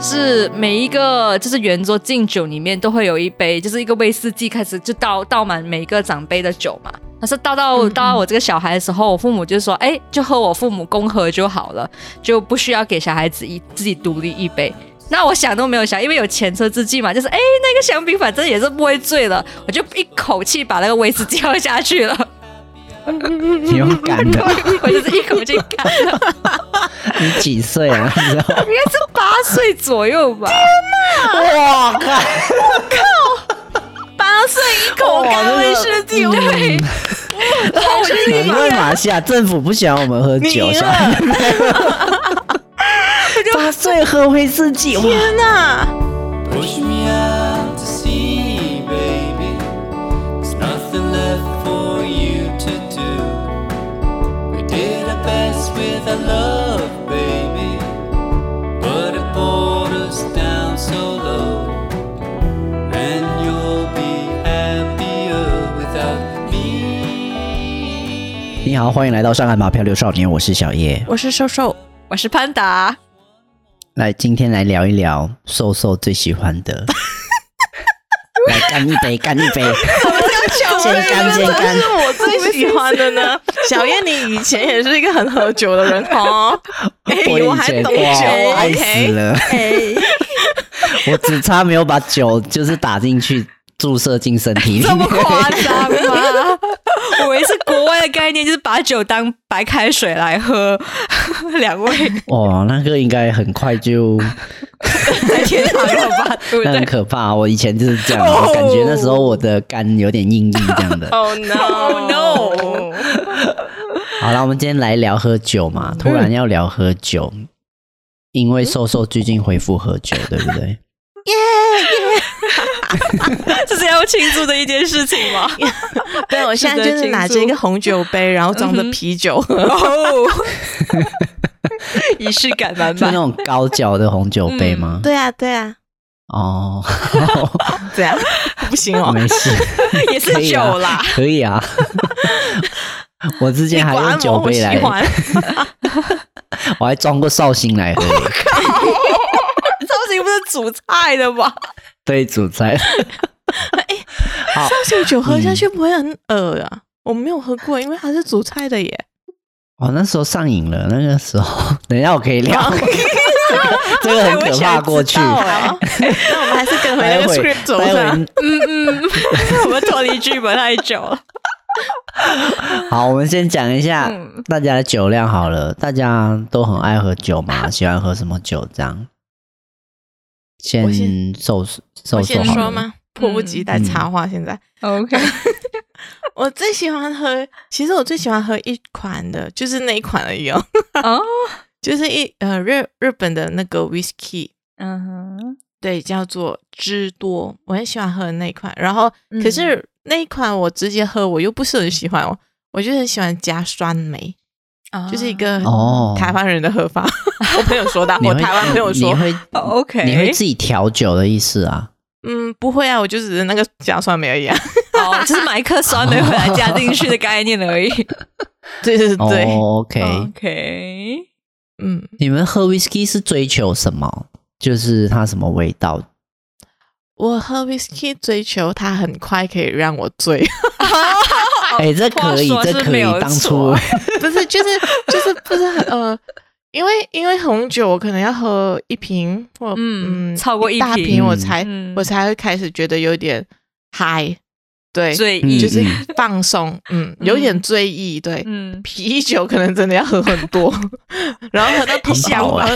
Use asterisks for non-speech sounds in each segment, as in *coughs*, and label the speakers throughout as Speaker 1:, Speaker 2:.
Speaker 1: 是每一个就是圆桌敬酒里面都会有一杯，就是一个威士忌开始就倒倒满每一个长辈的酒嘛。可是倒到
Speaker 2: 嗯
Speaker 1: 倒到我这个小孩的时候，我父母就说：“哎，就喝我父母公喝就好了，就不需要给小孩子一自己独立一杯。”那我想都没有想，因为有前车之鉴嘛，就是哎，那个香槟反正也是不会醉了，我就一口气把那个威士忌喝下去了， *laughs*
Speaker 3: 挺勇敢 *laughs* 的。
Speaker 1: 我就是一口气干了，
Speaker 3: 你几岁啊？你知道吗？
Speaker 1: 应该是八岁左右吧。
Speaker 3: 哇靠！
Speaker 2: 八岁一口干威士忌，我
Speaker 1: 对，然后我就是一
Speaker 3: 因为马来西亚政府不喜欢我们喝
Speaker 2: 你
Speaker 3: 酒，
Speaker 2: 赢
Speaker 3: 小
Speaker 2: 了
Speaker 3: 孩， *laughs* 八岁喝威士忌，哇！
Speaker 2: 天哪！
Speaker 4: Push me out to sea, baby. There's nothing left for you to do. We did our best with our love, baby. But it brought us down so low. And you'll be happier without me.
Speaker 3: 你好，欢迎来到上海马漂流少年，我是小叶。
Speaker 2: 我是瘦瘦，
Speaker 1: 我是潘达，
Speaker 3: 来，今天来聊一聊瘦瘦最喜欢 *laughs* 的。来干一杯，干一杯！
Speaker 2: *laughs*
Speaker 3: 先干先
Speaker 2: 真
Speaker 3: 干
Speaker 2: 是我最喜欢的呢。 *laughs* 小燕，你以前也是一个很喝酒的人哦。哎，我
Speaker 3: 以
Speaker 2: 还
Speaker 3: 前
Speaker 2: 懂
Speaker 3: 哇
Speaker 2: 酒
Speaker 3: 我爱死
Speaker 2: ，OK？
Speaker 3: 了，
Speaker 2: *laughs* 哎，
Speaker 3: 我只差没有把酒就是打进去，注射进身 *laughs* 体里
Speaker 1: 这
Speaker 3: 面
Speaker 1: 么。夸张吗？ *laughs* 我以为是国外的概念，就是把酒当白开水来喝。 *laughs* 两位
Speaker 3: 哇，哦那个应该很快
Speaker 1: *laughs*
Speaker 3: 就
Speaker 1: 在天堂了吧？对不
Speaker 3: 那很
Speaker 1: 对？
Speaker 3: 可怕。我以前就是这样，
Speaker 2: 哦
Speaker 3: 我感觉那时候我的肝有点硬硬这样的。
Speaker 2: *laughs*
Speaker 1: 哦
Speaker 2: Oh no
Speaker 1: Oh
Speaker 3: 好了，我们今天来聊喝酒
Speaker 1: 嗯
Speaker 3: 嘛，突然要聊喝酒，因为瘦瘦最近恢复喝酒，对不对？
Speaker 1: 这是要庆祝的一件事情吗？
Speaker 2: 对，我现在就是拿着一个红酒杯，然后装着啤酒喝。
Speaker 1: 哦，仪式感满 *laughs*
Speaker 3: 是那
Speaker 1: 满。
Speaker 3: 种高脚的红酒杯吗？
Speaker 2: *laughs* 对啊，对啊，
Speaker 1: 嗯
Speaker 3: 哦， *laughs*
Speaker 2: 这样啊不行哦。 *laughs*
Speaker 3: 没事，
Speaker 1: *laughs* 也是
Speaker 3: 可以啊
Speaker 1: 酒啦，
Speaker 3: 可以啊。
Speaker 1: *laughs*
Speaker 3: 我之前还用酒杯来
Speaker 2: 你，管我我喜
Speaker 3: 我还装过绍兴来喝，
Speaker 1: 绍兴不是煮菜的吗？
Speaker 3: 对，主菜。
Speaker 2: 欢绍兴酒喝下去不会很恶
Speaker 3: 嗯
Speaker 2: 啊？我没有喝过，因为它是煮菜的耶。
Speaker 3: 哦，那时候上瘾了，那个时候， *laughs* 等一下我可以
Speaker 2: *laughs* 哦
Speaker 3: 聊，这个很可
Speaker 2: 啊
Speaker 3: 怕。过去，
Speaker 2: 到了， *laughs* 那我们还是跟回那
Speaker 3: 待
Speaker 2: 个
Speaker 3: 会
Speaker 2: script 走
Speaker 3: 待
Speaker 2: 上
Speaker 3: 会。
Speaker 1: 嗯嗯，
Speaker 3: *laughs*
Speaker 1: 我们脱离剧本太久了。
Speaker 3: 好，我们先讲一下
Speaker 1: 嗯
Speaker 3: 大家的酒量好了，大家都很爱喝酒
Speaker 2: *laughs*
Speaker 3: 嘛，喜欢喝什么酒？这样，
Speaker 2: 我
Speaker 3: 先
Speaker 2: 先
Speaker 3: 瘦瘦瘦
Speaker 2: 我先
Speaker 3: 好
Speaker 2: 说
Speaker 3: 了，
Speaker 2: 吗？迫不及待插话。现在
Speaker 1: OK，
Speaker 2: 我最喜欢喝，其实我最喜欢喝一款的，就是那一款而已哦，
Speaker 1: 哦，
Speaker 2: *laughs* 就是一呃日日本的那个 whisky，
Speaker 1: *laughs* 嗯哼，
Speaker 2: 对，叫做芝多，我很喜欢喝那一款。然后
Speaker 1: 嗯
Speaker 2: 可是那一款我直接喝，我又不是很喜欢哦，我就很喜欢加酸梅，
Speaker 1: 啊
Speaker 2: 就是一个
Speaker 3: 哦
Speaker 2: 台湾人的喝法。 *laughs* 我朋友说的，
Speaker 3: *laughs* 你
Speaker 2: 我
Speaker 3: 会
Speaker 2: 台湾朋友
Speaker 3: 你
Speaker 2: 说， *laughs* Oh,
Speaker 3: 会
Speaker 1: 哦 OK，
Speaker 3: 你会自己调酒的意思啊？
Speaker 2: 嗯，不会啊，我就只是那个加酸梅而已啊。 *laughs*
Speaker 1: 哦，就是买一颗酸梅回来加进去的概念 *laughs* 而已。
Speaker 2: 对对
Speaker 3: 哦
Speaker 2: 对，
Speaker 3: ，OK，
Speaker 1: OK，
Speaker 2: 嗯，
Speaker 3: 你们喝 whisky 是追求什么？就是它什么味道？
Speaker 2: 哦我喝 whisky 追求它很快可以让我醉，
Speaker 3: 哎，这
Speaker 1: 话
Speaker 3: 可以，
Speaker 1: 说
Speaker 3: 这
Speaker 1: 是
Speaker 3: 可
Speaker 1: 没
Speaker 3: 以
Speaker 1: 有，
Speaker 3: 当初
Speaker 1: 错
Speaker 2: *laughs* 不是就是就是不是很呃，因为因为红酒我可能要喝一瓶或
Speaker 1: 嗯
Speaker 2: 嗯
Speaker 1: 超过一
Speaker 2: 大
Speaker 1: 瓶
Speaker 2: 瓶我
Speaker 3: 嗯
Speaker 2: 才、
Speaker 1: 嗯
Speaker 2: 我才会开始觉得有点嗨，对，
Speaker 1: 醉
Speaker 3: 嗯
Speaker 1: 意
Speaker 2: 就是放松，嗯，有点醉意，对。
Speaker 1: 嗯，
Speaker 2: 啤酒可能真的要喝很多， *laughs* 然后喝到肚
Speaker 3: 一箱
Speaker 2: 喝
Speaker 3: 吧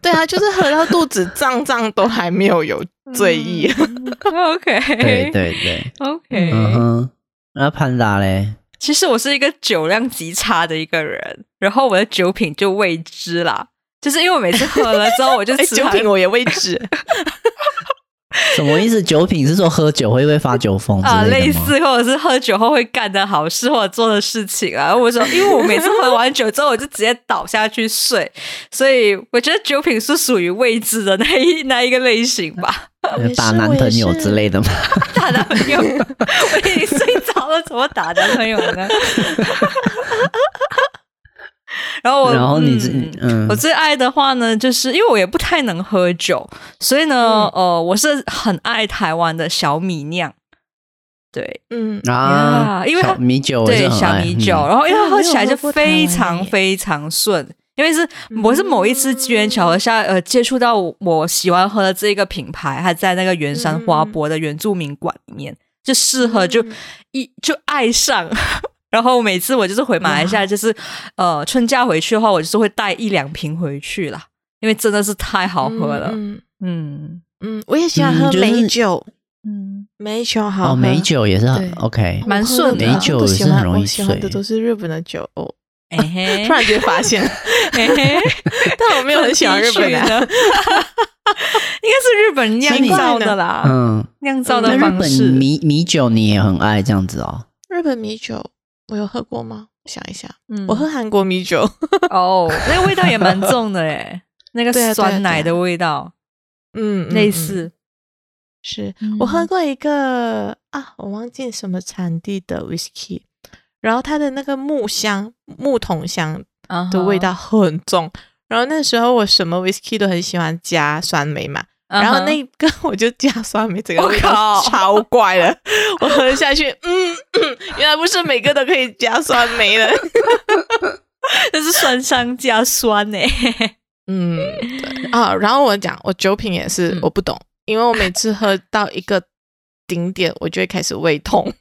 Speaker 2: 对啊，就是喝到肚子胀胀都还没有有醉意。
Speaker 1: 嗯 OK，
Speaker 3: *laughs*
Speaker 1: *laughs*
Speaker 3: 对对对，
Speaker 1: OK，、
Speaker 3: 嗯哼。那潘达嘞？
Speaker 1: 其实我是一个酒量极差的一个人，然后我的酒品就未知啦，就是因为我每次喝了之后，我就
Speaker 2: *laughs* 哎，
Speaker 1: 吃
Speaker 2: *laughs* 酒
Speaker 1: 完
Speaker 2: 品我也未
Speaker 3: *laughs*
Speaker 2: 知，
Speaker 3: 什么意思？酒品是说喝酒会不会发酒疯之
Speaker 1: 啊、
Speaker 3: 类
Speaker 1: 类
Speaker 3: 的吗？
Speaker 1: 似或者是喝酒后会干的好事或者做的事情啊。我说，因为我每次喝完酒之后，我就直接倒下去睡，所以我觉得酒品是属于未知的那一 *laughs* 那一个类型吧。
Speaker 2: 也是
Speaker 3: 打男朋友之类的吗？
Speaker 1: 打男朋友，我已经睡着了，怎么打男朋友呢？ *laughs* 然 *laughs* 后我，
Speaker 3: *laughs* 然后你自
Speaker 1: 嗯
Speaker 3: 嗯
Speaker 1: 我最爱的话呢，就是因为我也不太能喝酒，所以呢，
Speaker 2: 嗯
Speaker 1: 呃，我是很爱台湾的小米酿，对
Speaker 2: 嗯，
Speaker 1: 呀
Speaker 3: 啊，
Speaker 1: 因为它
Speaker 3: 小米酒
Speaker 2: 哦
Speaker 3: 我
Speaker 1: 对
Speaker 3: 是，很
Speaker 1: 小
Speaker 3: 爱
Speaker 1: 米
Speaker 3: 嗯
Speaker 1: 酒，然后因为它喝起来就非
Speaker 2: 我哎没有喝过台湾的
Speaker 1: 常
Speaker 2: 耶
Speaker 1: 非常顺。因为是我是某一次机缘巧合下，呃，接触到我喜欢喝的这个品牌，它在那个圆山花
Speaker 2: 嗯
Speaker 1: 博的原住民馆里面，就适合就一就爱上。然后每次我就是回马来西亚，就是呃春假回去的话，我就是会带一两瓶回去啦，因为真的是太好喝了。
Speaker 2: 嗯
Speaker 1: 嗯
Speaker 2: 嗯，嗯我也喜欢喝
Speaker 3: 嗯就是
Speaker 2: 美酒，
Speaker 1: 嗯，
Speaker 2: 美酒好喝，
Speaker 3: 哦，美酒也是很
Speaker 2: 对
Speaker 3: OK，
Speaker 1: 蛮顺的
Speaker 3: 美酒
Speaker 2: 我
Speaker 3: 也
Speaker 2: 喜
Speaker 3: 是
Speaker 2: 欢
Speaker 3: 很容易
Speaker 2: 我喜欢的
Speaker 3: 碎
Speaker 2: 都是日本的酒，哦
Speaker 1: 哎嘿
Speaker 2: 突，然间发
Speaker 1: *laughs*
Speaker 2: 现，
Speaker 1: 嘿嘿，
Speaker 2: 但我 *laughs* 没有很喜欢日本啊
Speaker 1: 的，应
Speaker 2: 的。
Speaker 1: 该是日本酿造的啦，
Speaker 3: 嗯，
Speaker 1: 酿造
Speaker 3: 那
Speaker 1: 的
Speaker 3: 日
Speaker 1: 方
Speaker 3: 本
Speaker 1: 式。
Speaker 3: 米米酒你也很爱这样子哦，
Speaker 2: 日本米酒我有喝过吗？我想一下，
Speaker 1: 嗯
Speaker 2: 我喝韩国米
Speaker 1: *laughs*
Speaker 2: 酒，
Speaker 1: 哦，那个味道也蛮重的诶，那个
Speaker 2: 对啊对啊
Speaker 1: 酸奶的味道
Speaker 2: 嗯，嗯
Speaker 1: 类。
Speaker 2: 嗯
Speaker 1: 似。
Speaker 2: 是
Speaker 1: 嗯
Speaker 2: 我喝过一个啊，我忘记什么产地的 whisky，然后它的那个木香、木桶香
Speaker 1: 啊
Speaker 2: 的味道很重。然后那时候我什么 whisky 都很喜欢加酸梅嘛，
Speaker 1: 哈，
Speaker 2: 然后那个我就加酸梅，整个
Speaker 1: 嗯我
Speaker 2: 味道
Speaker 1: 靠
Speaker 2: 超
Speaker 1: *laughs*
Speaker 2: 怪的。我喝下去，嗯，嗯原来不是每个都可以加酸梅的。
Speaker 1: 那是酸上加酸呢。
Speaker 2: 嗯，对啊，然后我讲，我酒品也是、
Speaker 1: 嗯
Speaker 2: 我不懂，因为我每次喝到一个顶点，我就会开始胃痛，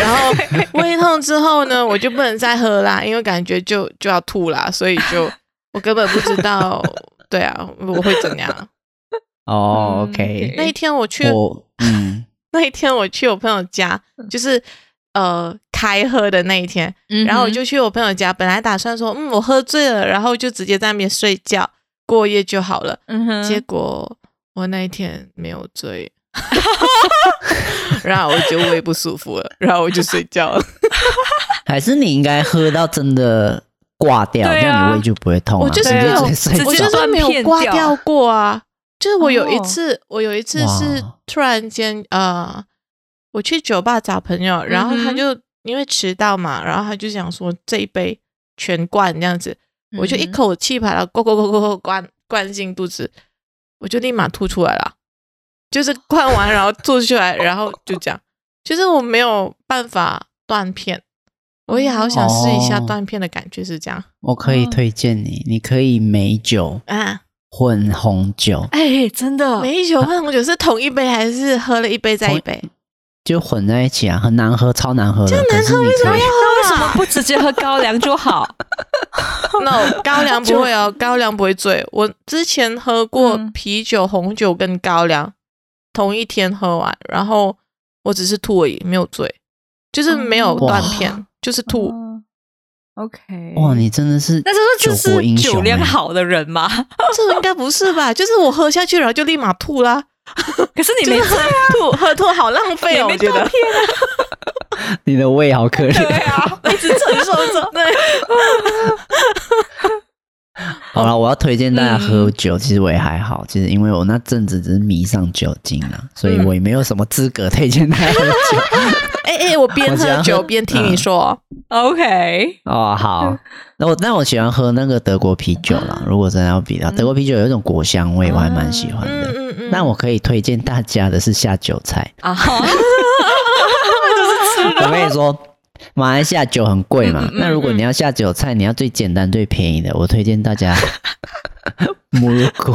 Speaker 2: 然后胃痛之后呢，我就不能再喝啦，因为感觉就就要吐啦，所以就我根本不知道，对啊，我会怎样？
Speaker 3: 哦
Speaker 1: 嗯
Speaker 3: ，OK，
Speaker 2: 那一天我去，
Speaker 3: 我嗯，
Speaker 2: 那一天我去我朋友家，就是呃开喝的那一天，
Speaker 1: 嗯
Speaker 2: 然后我就去我朋友家，本来打算说，嗯，我喝醉了，然后就直接在那边睡觉过夜就好了。
Speaker 1: 嗯哼
Speaker 2: 结果我那一天没有醉， *laughs* 然后我就胃不舒服了，然后我就睡觉了。
Speaker 3: 还是你应该喝到真的挂掉，
Speaker 1: 对啊
Speaker 3: 这样你胃就不会痛
Speaker 2: 我
Speaker 3: 了，
Speaker 2: 就是
Speaker 3: 直
Speaker 1: 没有
Speaker 3: 接睡
Speaker 1: 直
Speaker 2: 我
Speaker 1: 接
Speaker 3: 着
Speaker 2: 就是没有挂掉过啊，就是我有一
Speaker 1: 哦
Speaker 2: 次，我有一次是
Speaker 3: 哇
Speaker 2: 突然间呃，我去酒吧找朋友，然后
Speaker 1: 嗯
Speaker 2: 他
Speaker 1: 哼
Speaker 2: 就、因为迟到嘛，然后他就想说这一杯全灌这样子，我就一
Speaker 1: 嗯
Speaker 2: 口气把它灌灌灌灌灌灌灌进肚子，我就立马吐出来了，就是
Speaker 1: *laughs*
Speaker 2: 灌完然后吐出来，然后就这样，就是我没有办法断片，我也好想试一下
Speaker 3: 哦
Speaker 2: 断片的感觉是这样、
Speaker 3: 我可
Speaker 1: 嗯
Speaker 3: 以推荐你，你可以美酒
Speaker 2: 啊。
Speaker 3: 混红酒，
Speaker 1: 哎，真的
Speaker 2: 美酒和红酒是同一杯还是喝了一杯再一杯？
Speaker 3: 就混在一起啊，很难喝，超难喝的。可是你可以，
Speaker 1: 那为什么不直接喝高粱就好？ *laughs*
Speaker 2: no，高粱不会哦，高粱不会醉。我之前喝过
Speaker 1: 嗯
Speaker 2: 啤酒、红酒跟高粱，同一天喝完，然后我只是吐而已，没有醉，就是没有断片，就是 *laughs* 吐。
Speaker 1: OK，
Speaker 3: 哇，你真的是
Speaker 1: 那这是
Speaker 3: 酒国
Speaker 1: 这
Speaker 3: 英
Speaker 1: 是酒
Speaker 3: 雄
Speaker 1: 量
Speaker 3: 欸
Speaker 1: 好的人吗？ *laughs*
Speaker 2: 这应该不是吧？就是我喝下去，然后就立马吐啦，
Speaker 1: *laughs* 可是你
Speaker 2: 就
Speaker 1: 没
Speaker 2: 是喝吐，喝吐好浪费哦，
Speaker 1: 你
Speaker 2: 我
Speaker 1: 没
Speaker 2: 觉
Speaker 1: 断
Speaker 2: 得。
Speaker 1: 片啊，
Speaker 3: 你的胃好可
Speaker 1: 对
Speaker 3: 怜。
Speaker 1: 啊，一直承受着。
Speaker 2: *laughs* 对，
Speaker 3: 好了，我要推荐大家喝
Speaker 1: 嗯
Speaker 3: 酒，其实我也还好，其实因为我那阵子只是迷上酒精
Speaker 1: 嗯
Speaker 3: 啊，所以我也没有什么资格推荐大家喝
Speaker 1: *laughs*
Speaker 3: 酒。
Speaker 2: 哎哎，我边
Speaker 3: 我喜欢
Speaker 2: 喝
Speaker 3: 喝
Speaker 2: 酒边听你说哦，
Speaker 1: OK，
Speaker 3: 哦，
Speaker 1: 嗯
Speaker 3: 好，那我那我喜欢喝那个德国啤酒啦。如果真的要比的话，
Speaker 1: 嗯
Speaker 3: 德国啤酒有一种果香味，我还蛮喜欢
Speaker 2: 嗯
Speaker 3: 的。
Speaker 2: 嗯嗯，
Speaker 3: 那我可以推荐大家的是下酒菜。
Speaker 2: *laughs*
Speaker 1: 啊，
Speaker 3: 我跟你说，马来西亚酒很贵嘛，
Speaker 1: 嗯嗯
Speaker 3: 那如果你要下酒菜，你要最简单、最便宜的，我推荐
Speaker 1: *laughs*
Speaker 3: 大家母乳菇，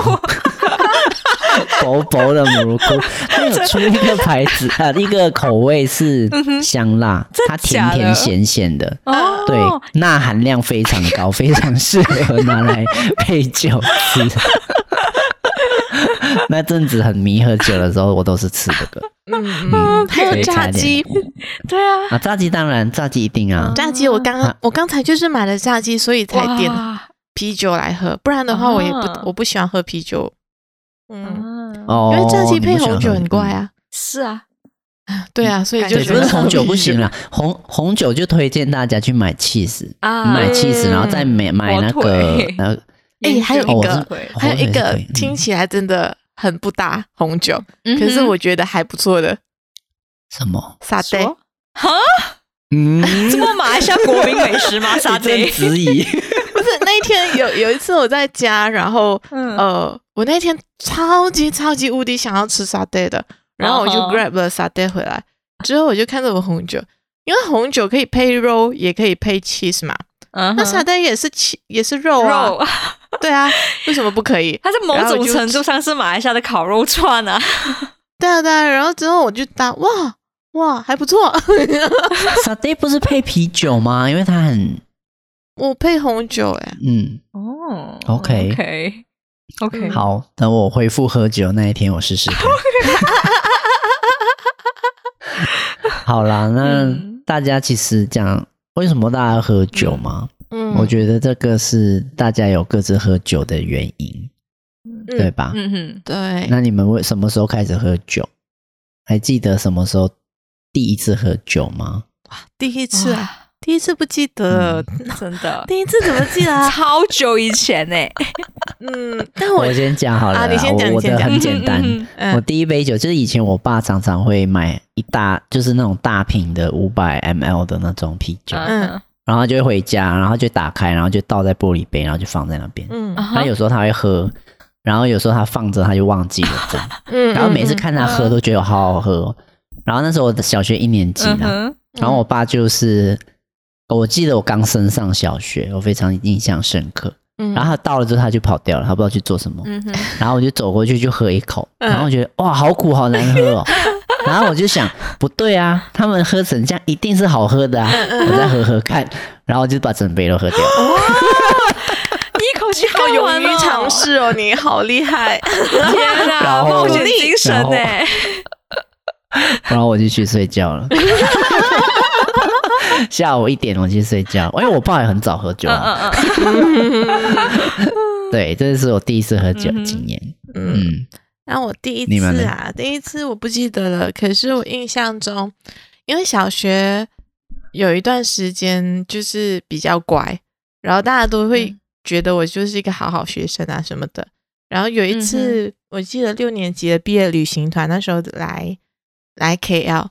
Speaker 3: 薄薄的母乳菇，它有出一个牌子啊，一个口味是香辣，它甜
Speaker 1: 嗯假的
Speaker 3: 甜咸咸的。
Speaker 1: 哦
Speaker 3: 对，钠含量非常
Speaker 1: *laughs*
Speaker 3: 高，非常适合拿来配酒吃。 *laughs* 那阵子很迷喝酒的时候，我都是吃这个。
Speaker 2: 嗯
Speaker 3: 嗯
Speaker 2: 嗯，还有
Speaker 3: 可以
Speaker 2: 炸
Speaker 3: 加一点
Speaker 2: 鸡，
Speaker 1: 对啊，
Speaker 3: 啊，炸鸡当然，炸鸡一定啊。
Speaker 2: 炸鸡，我刚
Speaker 3: 啊
Speaker 2: 我刚才就是买了炸鸡，所以才点
Speaker 1: 哇
Speaker 2: 啤酒来喝，不然的话
Speaker 1: 啊
Speaker 2: 我也不我不喜欢喝啤酒。嗯，
Speaker 1: 啊，
Speaker 3: 哦，
Speaker 2: 因为炸鸡
Speaker 3: 你不
Speaker 2: 配
Speaker 3: 喜欢
Speaker 2: 红酒
Speaker 3: 喝
Speaker 2: 很怪。啊。
Speaker 1: 是啊，
Speaker 2: 对啊，所以
Speaker 3: 对，
Speaker 2: 就
Speaker 1: 感觉
Speaker 3: 不是
Speaker 2: 觉得
Speaker 3: 红酒不行
Speaker 2: 啤
Speaker 3: 啦，红红酒就推荐大家去买 cheese，
Speaker 1: 啊
Speaker 3: 买 cheese，然后再买买那个
Speaker 1: 火腿
Speaker 3: 呃，
Speaker 1: 嗯
Speaker 2: 哎还有
Speaker 3: 哦
Speaker 2: 一
Speaker 3: 我
Speaker 2: 个
Speaker 3: 是
Speaker 2: 酒，还有一
Speaker 3: 火
Speaker 2: 个
Speaker 3: 腿是可以
Speaker 2: 听
Speaker 3: 嗯
Speaker 2: 起来真的很不搭红酒，
Speaker 1: 嗯哼
Speaker 2: 可是我觉得还不错的
Speaker 3: 什么
Speaker 2: 沙爹
Speaker 1: 说，
Speaker 3: 嗯，
Speaker 1: 这不马来西亚国民美食吗？沙
Speaker 3: *laughs* 一阵
Speaker 1: 爹，*laughs*
Speaker 3: 质疑，
Speaker 2: 不是那一天有 *laughs* 有一次我在家，然后
Speaker 3: 哦
Speaker 1: 嗯，
Speaker 2: 呃，我那天超级超级无敌想要吃沙爹的，然后我就
Speaker 1: 哦吼
Speaker 2: grab 了沙爹回来，之后我就看着我红酒，因为红酒可以配肉，也可以配 cheese 嘛，那
Speaker 1: 那
Speaker 2: 沙爹也是 cheese 也是嗯肉啊，
Speaker 1: 嗯肉， *laughs*
Speaker 2: 对啊，为什么不可 *laughs* 以？
Speaker 1: 它在某
Speaker 2: 然后
Speaker 1: 种
Speaker 2: 就
Speaker 1: 程度上是马来西亚的烤肉串啊。
Speaker 2: 对啊对啊，然后之后我就搭哇哇还不错， *laughs*
Speaker 3: 沙爹不是配啤酒吗？因为它很
Speaker 2: 我配红酒哎、
Speaker 3: 嗯
Speaker 1: 哦
Speaker 3: OK
Speaker 1: OK OK，
Speaker 3: 好。等我恢复喝酒那一天，我试试
Speaker 1: *laughs*
Speaker 3: 看。好啦，那
Speaker 1: 嗯
Speaker 3: 大家其实讲为什么大家要喝酒吗？
Speaker 2: 嗯，
Speaker 3: 我觉得这个是大家有各自喝酒的原因，
Speaker 2: 嗯
Speaker 3: 对吧？
Speaker 1: 嗯哼，
Speaker 2: 对，
Speaker 3: 那你们为什么时候开始喝酒？还记得什么时候第一次喝酒吗？
Speaker 2: 第一次啊，第一次不记得，
Speaker 3: 嗯
Speaker 1: 真的
Speaker 2: 第一次怎么记得啊？
Speaker 1: 超久以前欸呢。
Speaker 2: *laughs* 嗯，但我
Speaker 3: 我先讲好了啦，
Speaker 2: 啊你先讲
Speaker 3: 我我
Speaker 2: 你
Speaker 3: 的
Speaker 2: 先讲
Speaker 3: 很简单。
Speaker 1: 嗯
Speaker 3: 我
Speaker 2: *laughs* 嗯
Speaker 3: 第一杯酒就是以前我爸常常会买一大，就是那种大瓶的五百 ml 的那种啤酒，
Speaker 1: 嗯
Speaker 3: 然后他就会回家，然后就打开，然后就倒在玻璃杯，然后就放在那边。
Speaker 2: 嗯
Speaker 1: 嗯，
Speaker 3: 他有时候他会喝，然后有时候他放着他就忘记了这样。
Speaker 2: 嗯，
Speaker 3: 然后每次
Speaker 2: 嗯
Speaker 3: 看他喝都觉得好好喝、哦。然后那时候我的小学一年级
Speaker 1: 嗯
Speaker 3: 啦，
Speaker 1: 哼，
Speaker 3: 然后我爸就是，我记得我刚升上小学，我非常印象深刻。
Speaker 2: 嗯
Speaker 3: 然后他到了之后他就跑掉了，他不知道去做什么。
Speaker 1: 嗯哼，
Speaker 3: 然后我就走过去就喝一口，
Speaker 2: 嗯
Speaker 3: 然后我觉得哇，好苦，好难喝
Speaker 1: *laughs*
Speaker 3: 哦。然后我就想，不对啊，他们喝成这样一定是好喝的啊，
Speaker 1: 嗯
Speaker 3: 我再喝喝看。然后我就把整杯都喝掉。
Speaker 1: 你一口气
Speaker 2: 好
Speaker 1: 喝
Speaker 2: 勇
Speaker 1: 完
Speaker 2: 于
Speaker 1: 哦
Speaker 2: 尝，试哦，你好厉害！
Speaker 1: 天
Speaker 3: 然
Speaker 1: 哪，
Speaker 3: 后
Speaker 1: 冒险精神欸呢？
Speaker 3: 然后我就去睡
Speaker 1: *laughs*
Speaker 3: 觉了。 *laughs* 下午一点我去睡觉，因为我爸也很早喝酒、
Speaker 1: 嗯
Speaker 3: 啊。
Speaker 1: 嗯
Speaker 2: *laughs*
Speaker 1: 嗯，
Speaker 3: 对，这是我第一次喝酒的经验。
Speaker 2: 嗯，
Speaker 3: 嗯，
Speaker 2: 那我第一
Speaker 3: 你们
Speaker 2: 次啊，第一次我不记得了，可是我印象中，因为小学有一段时间就是比较乖，然后大家都会觉得我就是一个好好学生啊什么的。然后有一次，我记得六年级的毕业旅行团那时候来来 KL，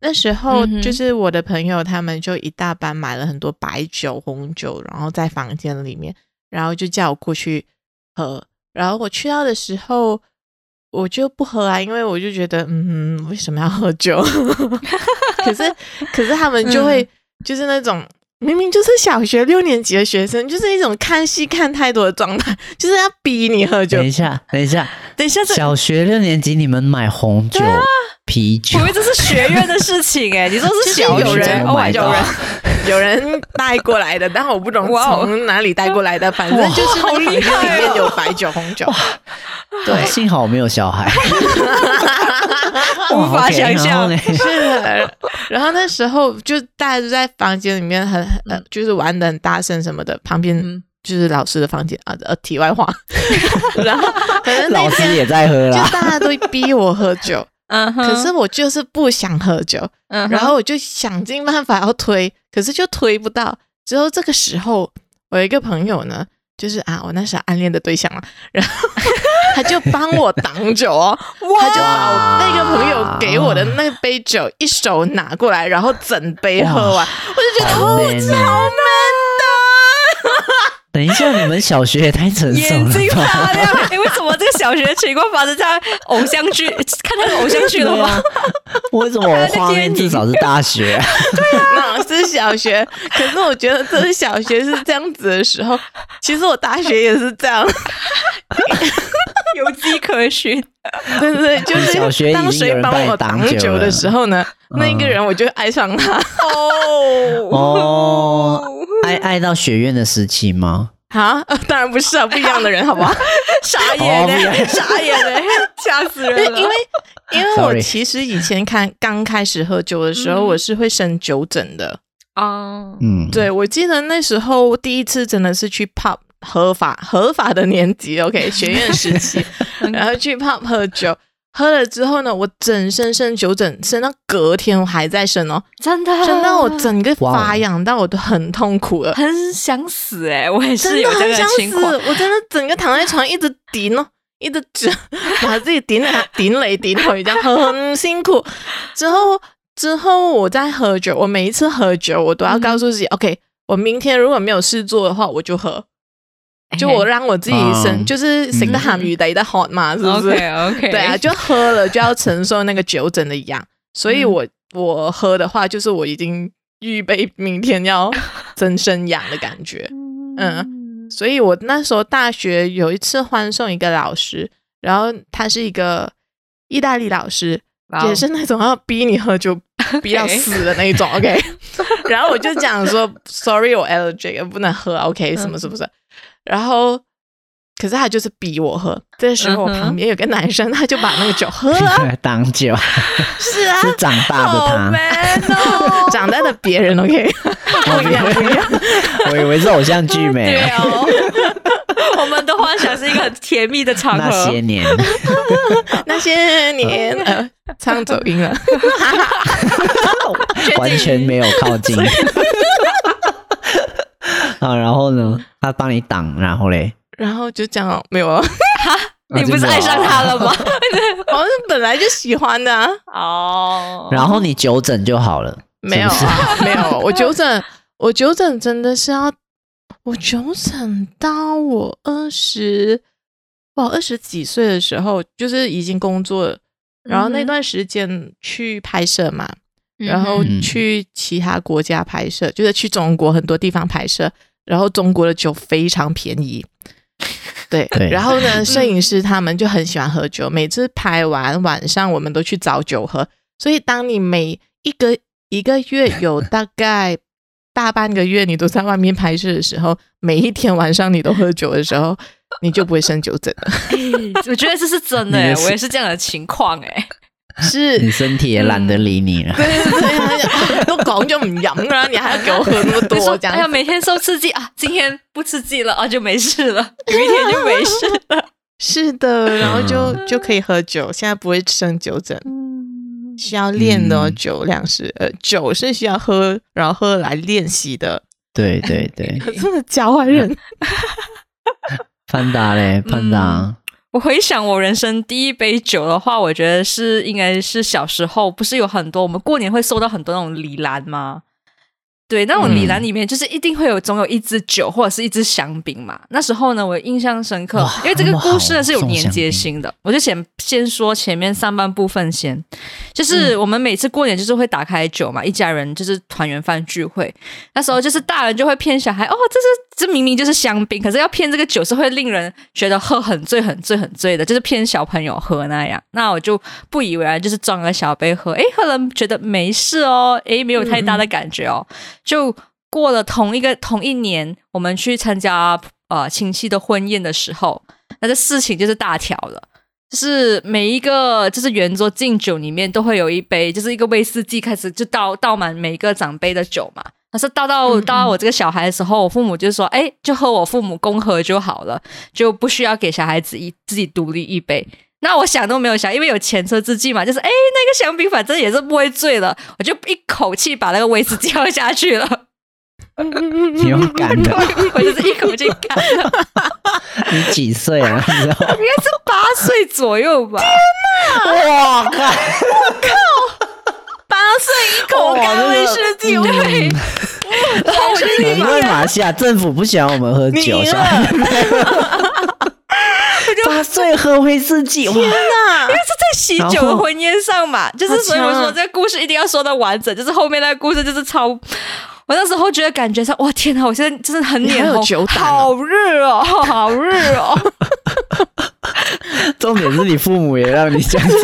Speaker 2: 那时候
Speaker 1: 嗯哼
Speaker 2: 就是我的朋友他们就一大班买了很多白酒、红酒，然后在房间里面，然后就叫我过去喝。然后我去到的时候，我就不喝啊，因为我就觉得，嗯，为什么要喝酒？ *laughs* 可是，可是他们
Speaker 1: 嗯
Speaker 2: 就会、就是那种明明就是小学六年级的学生，就是一种看戏看太多的状态，就是要逼你喝酒
Speaker 1: 哎
Speaker 3: 等一。下，等
Speaker 1: *laughs*
Speaker 3: 一下，
Speaker 1: 等一下这。
Speaker 3: 小学六年级你们买红酒、
Speaker 1: 啊
Speaker 3: 啤酒
Speaker 1: 我，以为这是学院的事情 *laughs* 哎，你说是小
Speaker 2: 就是有
Speaker 1: 学
Speaker 2: 人
Speaker 1: ，Oh my
Speaker 3: 买到
Speaker 1: god，
Speaker 2: 有人带过来的，但我不懂
Speaker 1: 哇哦
Speaker 2: 从哪里带过来的，反正就是那个房间里面有白酒、红酒。
Speaker 3: 对，幸好我没有小孩，哇
Speaker 1: *laughs* 无法
Speaker 3: OK，
Speaker 1: 想象
Speaker 3: 然后呢
Speaker 2: 是的，然后那时候就大家都在房间里面很呃，就是玩的很大声什么的，旁边
Speaker 1: 嗯
Speaker 2: 就是老师的房间啊，呃，题外话。然后反正那
Speaker 3: 老师
Speaker 2: 天
Speaker 3: 也在喝
Speaker 2: 就
Speaker 3: 啦。
Speaker 2: 大家都逼我喝酒，
Speaker 1: *laughs* 嗯哼，
Speaker 2: 可是我就是不想喝酒，
Speaker 1: 嗯哼，
Speaker 2: 然后我就想尽办法要推，可是就推不到。之后这个时候，我有一个朋友呢，就是啊，我那时候暗恋的对象嘛，然后 *laughs* 他就帮我挡酒哦，他就把我那个朋友给我的那杯酒一手拿过来，然后整杯喝完，我就觉得
Speaker 3: 好
Speaker 2: 哦，
Speaker 3: man
Speaker 2: 这好
Speaker 3: 哦
Speaker 2: man 的。
Speaker 3: 等一下，你们小学也太成熟
Speaker 1: 眼
Speaker 3: 了 *laughs*
Speaker 1: 睛
Speaker 3: 吧？
Speaker 1: 发亮。哎、为什么这个小学的情况发生在偶像剧？ *laughs* 看那个偶像剧了吗？
Speaker 3: 啊为什么我画面至少是大学？啊
Speaker 2: 那是小学，可是我觉得这是小学是这样子的时候，其实我大学也是这样。 *laughs*
Speaker 1: 有迹可循。
Speaker 2: 对对对，就
Speaker 3: 你嗯小学
Speaker 2: 是
Speaker 3: 已
Speaker 2: 当
Speaker 3: 经有
Speaker 2: 谁
Speaker 3: 人
Speaker 2: 帮
Speaker 3: 帮你
Speaker 2: 我
Speaker 3: 挡
Speaker 2: 挡
Speaker 3: 酒
Speaker 2: 酒
Speaker 3: 了
Speaker 2: 的时候呢，那一个
Speaker 3: 嗯
Speaker 2: 人我就爱上他。
Speaker 1: *laughs*
Speaker 2: *laughs*
Speaker 1: 哦，
Speaker 3: 哦，爱爱到学院的时期吗？
Speaker 2: 啊，呃当然不是啊，不一样的人，好
Speaker 3: *laughs*
Speaker 2: 不欸好？
Speaker 1: 傻
Speaker 3: 哦
Speaker 1: 眼
Speaker 3: 不
Speaker 1: 嘞、
Speaker 3: 要
Speaker 1: 傻眼
Speaker 2: 欸
Speaker 1: 嘞、吓死
Speaker 2: 对，
Speaker 1: 人了！
Speaker 3: *laughs*
Speaker 2: 因为因为我
Speaker 3: Sorry
Speaker 2: 其实以前看刚开始喝酒的时候，
Speaker 1: 嗯
Speaker 2: 我是会生酒疹的。
Speaker 1: 哦，
Speaker 3: 嗯，，
Speaker 2: 对，我记得那时候第一次真的是去 pub 合法合法的年级，OK，学
Speaker 3: *laughs*
Speaker 2: 院时期，
Speaker 3: 嗯
Speaker 2: 然后去 pub 喝酒。喝了之后呢，我整身生酒疹，生到隔天我还在生
Speaker 3: *laughs*
Speaker 2: 哦，
Speaker 1: 真的，
Speaker 2: 生到我整个
Speaker 3: 哇哦
Speaker 2: 发痒，到我都很痛苦了。
Speaker 1: 很想死哎、我也
Speaker 2: 真
Speaker 1: 是
Speaker 2: 的
Speaker 1: 有这
Speaker 2: 很
Speaker 1: 个
Speaker 2: 想
Speaker 1: 情
Speaker 2: 死，
Speaker 1: 况。
Speaker 2: 我真的整个躺在床一直顶哦，一 *laughs* 直顶，把自己顶来顶来顶去，这样很辛苦。之后之后我在喝酒，我每一次喝酒，我都要
Speaker 1: 嗯
Speaker 2: 告诉自己、o k 我明天如果没有事做的话，我就
Speaker 1: 哎
Speaker 2: 喝。就我让我自己生，
Speaker 1: 哦
Speaker 3: 嗯
Speaker 2: 就是食得鹹魚抵得渴嘛，是不是
Speaker 1: OK OK，
Speaker 2: 对啊，就喝了就要承受那个酒疹的痒，所以
Speaker 1: 嗯
Speaker 2: 我、我喝的话，就是我已经预备明天要增生痒的感觉。
Speaker 1: 嗯
Speaker 2: 所以我那时候大学有一次欢送一个老师，然后他是一个意大利老师，
Speaker 1: 哇哦
Speaker 2: 也是那种要逼你喝酒逼
Speaker 1: *laughs*
Speaker 2: 到死的那一种。OK，然 *laughs* 后我就讲说，sorry，我 allergic，不能喝。OK，什么啊
Speaker 1: 嗯
Speaker 2: 什么什么。然后，可是他就是逼我喝。这时候我
Speaker 1: 嗯哼
Speaker 2: 旁边有个男生，他就把那个酒喝
Speaker 1: 嗯
Speaker 2: 了。
Speaker 3: *laughs* 当酒
Speaker 2: 是
Speaker 1: *laughs*
Speaker 2: 啊，
Speaker 3: 是长大的
Speaker 1: 好
Speaker 3: 他，
Speaker 1: 啊 Oh man 哦，
Speaker 3: *laughs*
Speaker 2: 长大的别人 OK，
Speaker 1: 嗯
Speaker 3: 我以为 *laughs* 我以为是偶像剧没啊
Speaker 1: 对哦， *laughs* 我们的幻想是一个很甜蜜的场
Speaker 3: 那
Speaker 1: 合
Speaker 3: 些，年，
Speaker 2: 那些年呃，唱走音了。 *laughs*
Speaker 3: 完全没有
Speaker 1: *laughs*
Speaker 3: 靠近。啊，然后呢？他帮你挡，然后嘞？
Speaker 2: 然后就这样哦，没有啊，
Speaker 1: 你不是爱上他了
Speaker 2: *laughs*
Speaker 1: 吗？
Speaker 2: 我是哦本来就喜
Speaker 3: *laughs*
Speaker 2: 欢的、啊，
Speaker 1: 哦，
Speaker 3: 然后你九整就好了，
Speaker 2: 没有
Speaker 3: 是不是
Speaker 2: 啊， *laughs* 没有。我纠正，我纠正真的是要，我纠正到我二十，哇，二十几岁的时候，就是已经工作了，然后
Speaker 3: 嗯
Speaker 2: 那段时间去拍摄嘛，然后
Speaker 3: 嗯
Speaker 2: 去其他国家拍摄，就是去中国很多地方拍摄，然后中国的酒非常便宜。对，
Speaker 3: 对
Speaker 2: 然后呢，摄影师他们就很喜欢喝酒，每次拍完晚上我们都去找酒喝，所以当你每一个一个月有大概大半个月你都在外面拍摄的时候，每一天晚上你都喝酒的时
Speaker 3: *laughs*
Speaker 2: 候，你就不会生酒疹了。
Speaker 1: 我觉得这是真的、
Speaker 3: 你
Speaker 1: 欸，
Speaker 3: 也是
Speaker 1: 我也是这样的情况哎、
Speaker 2: 是
Speaker 3: 你身体也懒得理你
Speaker 1: 嗯
Speaker 3: 了。
Speaker 2: *laughs* 对对对，都讲就唔饮啦，你还要给我喝那么
Speaker 1: 就说
Speaker 2: 多这样
Speaker 1: 哎呀，每天受刺激啊，今天不刺激了啊，就没事
Speaker 2: *laughs*
Speaker 1: 了，有一天就没事了。
Speaker 2: 是的，然后就、
Speaker 3: 嗯
Speaker 2: 就可以喝酒，现在不会生酒疹，需要练的、哦
Speaker 3: 嗯
Speaker 2: 酒量是呃酒是需要喝，然后喝来练习的，
Speaker 3: 对对对，
Speaker 2: 真的教
Speaker 3: *laughs*
Speaker 2: 坏人。
Speaker 3: 潘达嘞，
Speaker 1: 嗯
Speaker 3: 潘达，
Speaker 1: 我回想我人生第一杯酒的话，我觉得是应该是小时候，不是有很多我们过年会收到很多那种礼篮吗？对，那种礼篮里面就是一定会有总有一支酒或者是一支香槟嘛。那时候呢，我印象深刻
Speaker 3: 哇，
Speaker 1: 因为这个故事呢是有
Speaker 3: 那么好
Speaker 1: 连接性的。我就先先说前面上半部分先，就是我们每次过年就是会打开酒嘛，一家人就是团圆饭聚会，那时候就是大人就会骗小孩，哦，这是这明明就是香槟，可是要骗这个酒是会令人觉得喝很醉、很醉、很醉的，就是骗小朋友喝那样。那我就不以为然，就是装个小杯喝，诶，喝了觉得没事哦，诶，没有太大的感觉哦。就过了同一个同一年，我们去参加呃亲戚的婚宴的时候，那这事情就是大条了。就是每一个就是圆桌敬酒里面都会有一杯，就是一个威士忌开始就倒倒满每一个长辈的酒嘛。可是倒到
Speaker 2: 嗯
Speaker 1: 倒到我这个小孩的时候，我父母就说：“哎，就喝我父母公喝就好了，就不需要给小孩子一自己独立一杯。”那我想都没有想，因为有前车之鉴嘛，就是哎，那个香槟反正也是不会醉了，我就一口气把那个威士忌喝下去
Speaker 2: *laughs*
Speaker 1: 了，嗯
Speaker 3: 你用干
Speaker 1: 对 *laughs*
Speaker 3: 的，
Speaker 1: 我就是一口气干了，
Speaker 3: 你几岁啊？你知道？
Speaker 1: 应该是八岁左右吧。
Speaker 3: 哇靠！
Speaker 2: 八岁一口干威士忌，嗯我
Speaker 1: 对， *laughs* 然后我就立
Speaker 3: 因
Speaker 1: 马
Speaker 3: 为马来西亚政府不喜欢我们喝
Speaker 2: 你
Speaker 3: 酒，
Speaker 2: 赢
Speaker 3: 小孩
Speaker 2: 了，
Speaker 3: 八岁喝威士忌，哇！
Speaker 2: 那
Speaker 1: 是在喜酒的婚宴上嘛，就是所以我说这个故事一定要说的完整，就是后面那个故事就是超。我那时候觉得感觉上，哇天哪！我现在真的很脸
Speaker 2: 你还
Speaker 1: 红，
Speaker 2: 有酒胆哦
Speaker 1: 好热哦，好热 *laughs* 哦！
Speaker 3: 重点是你父母也让你这样子，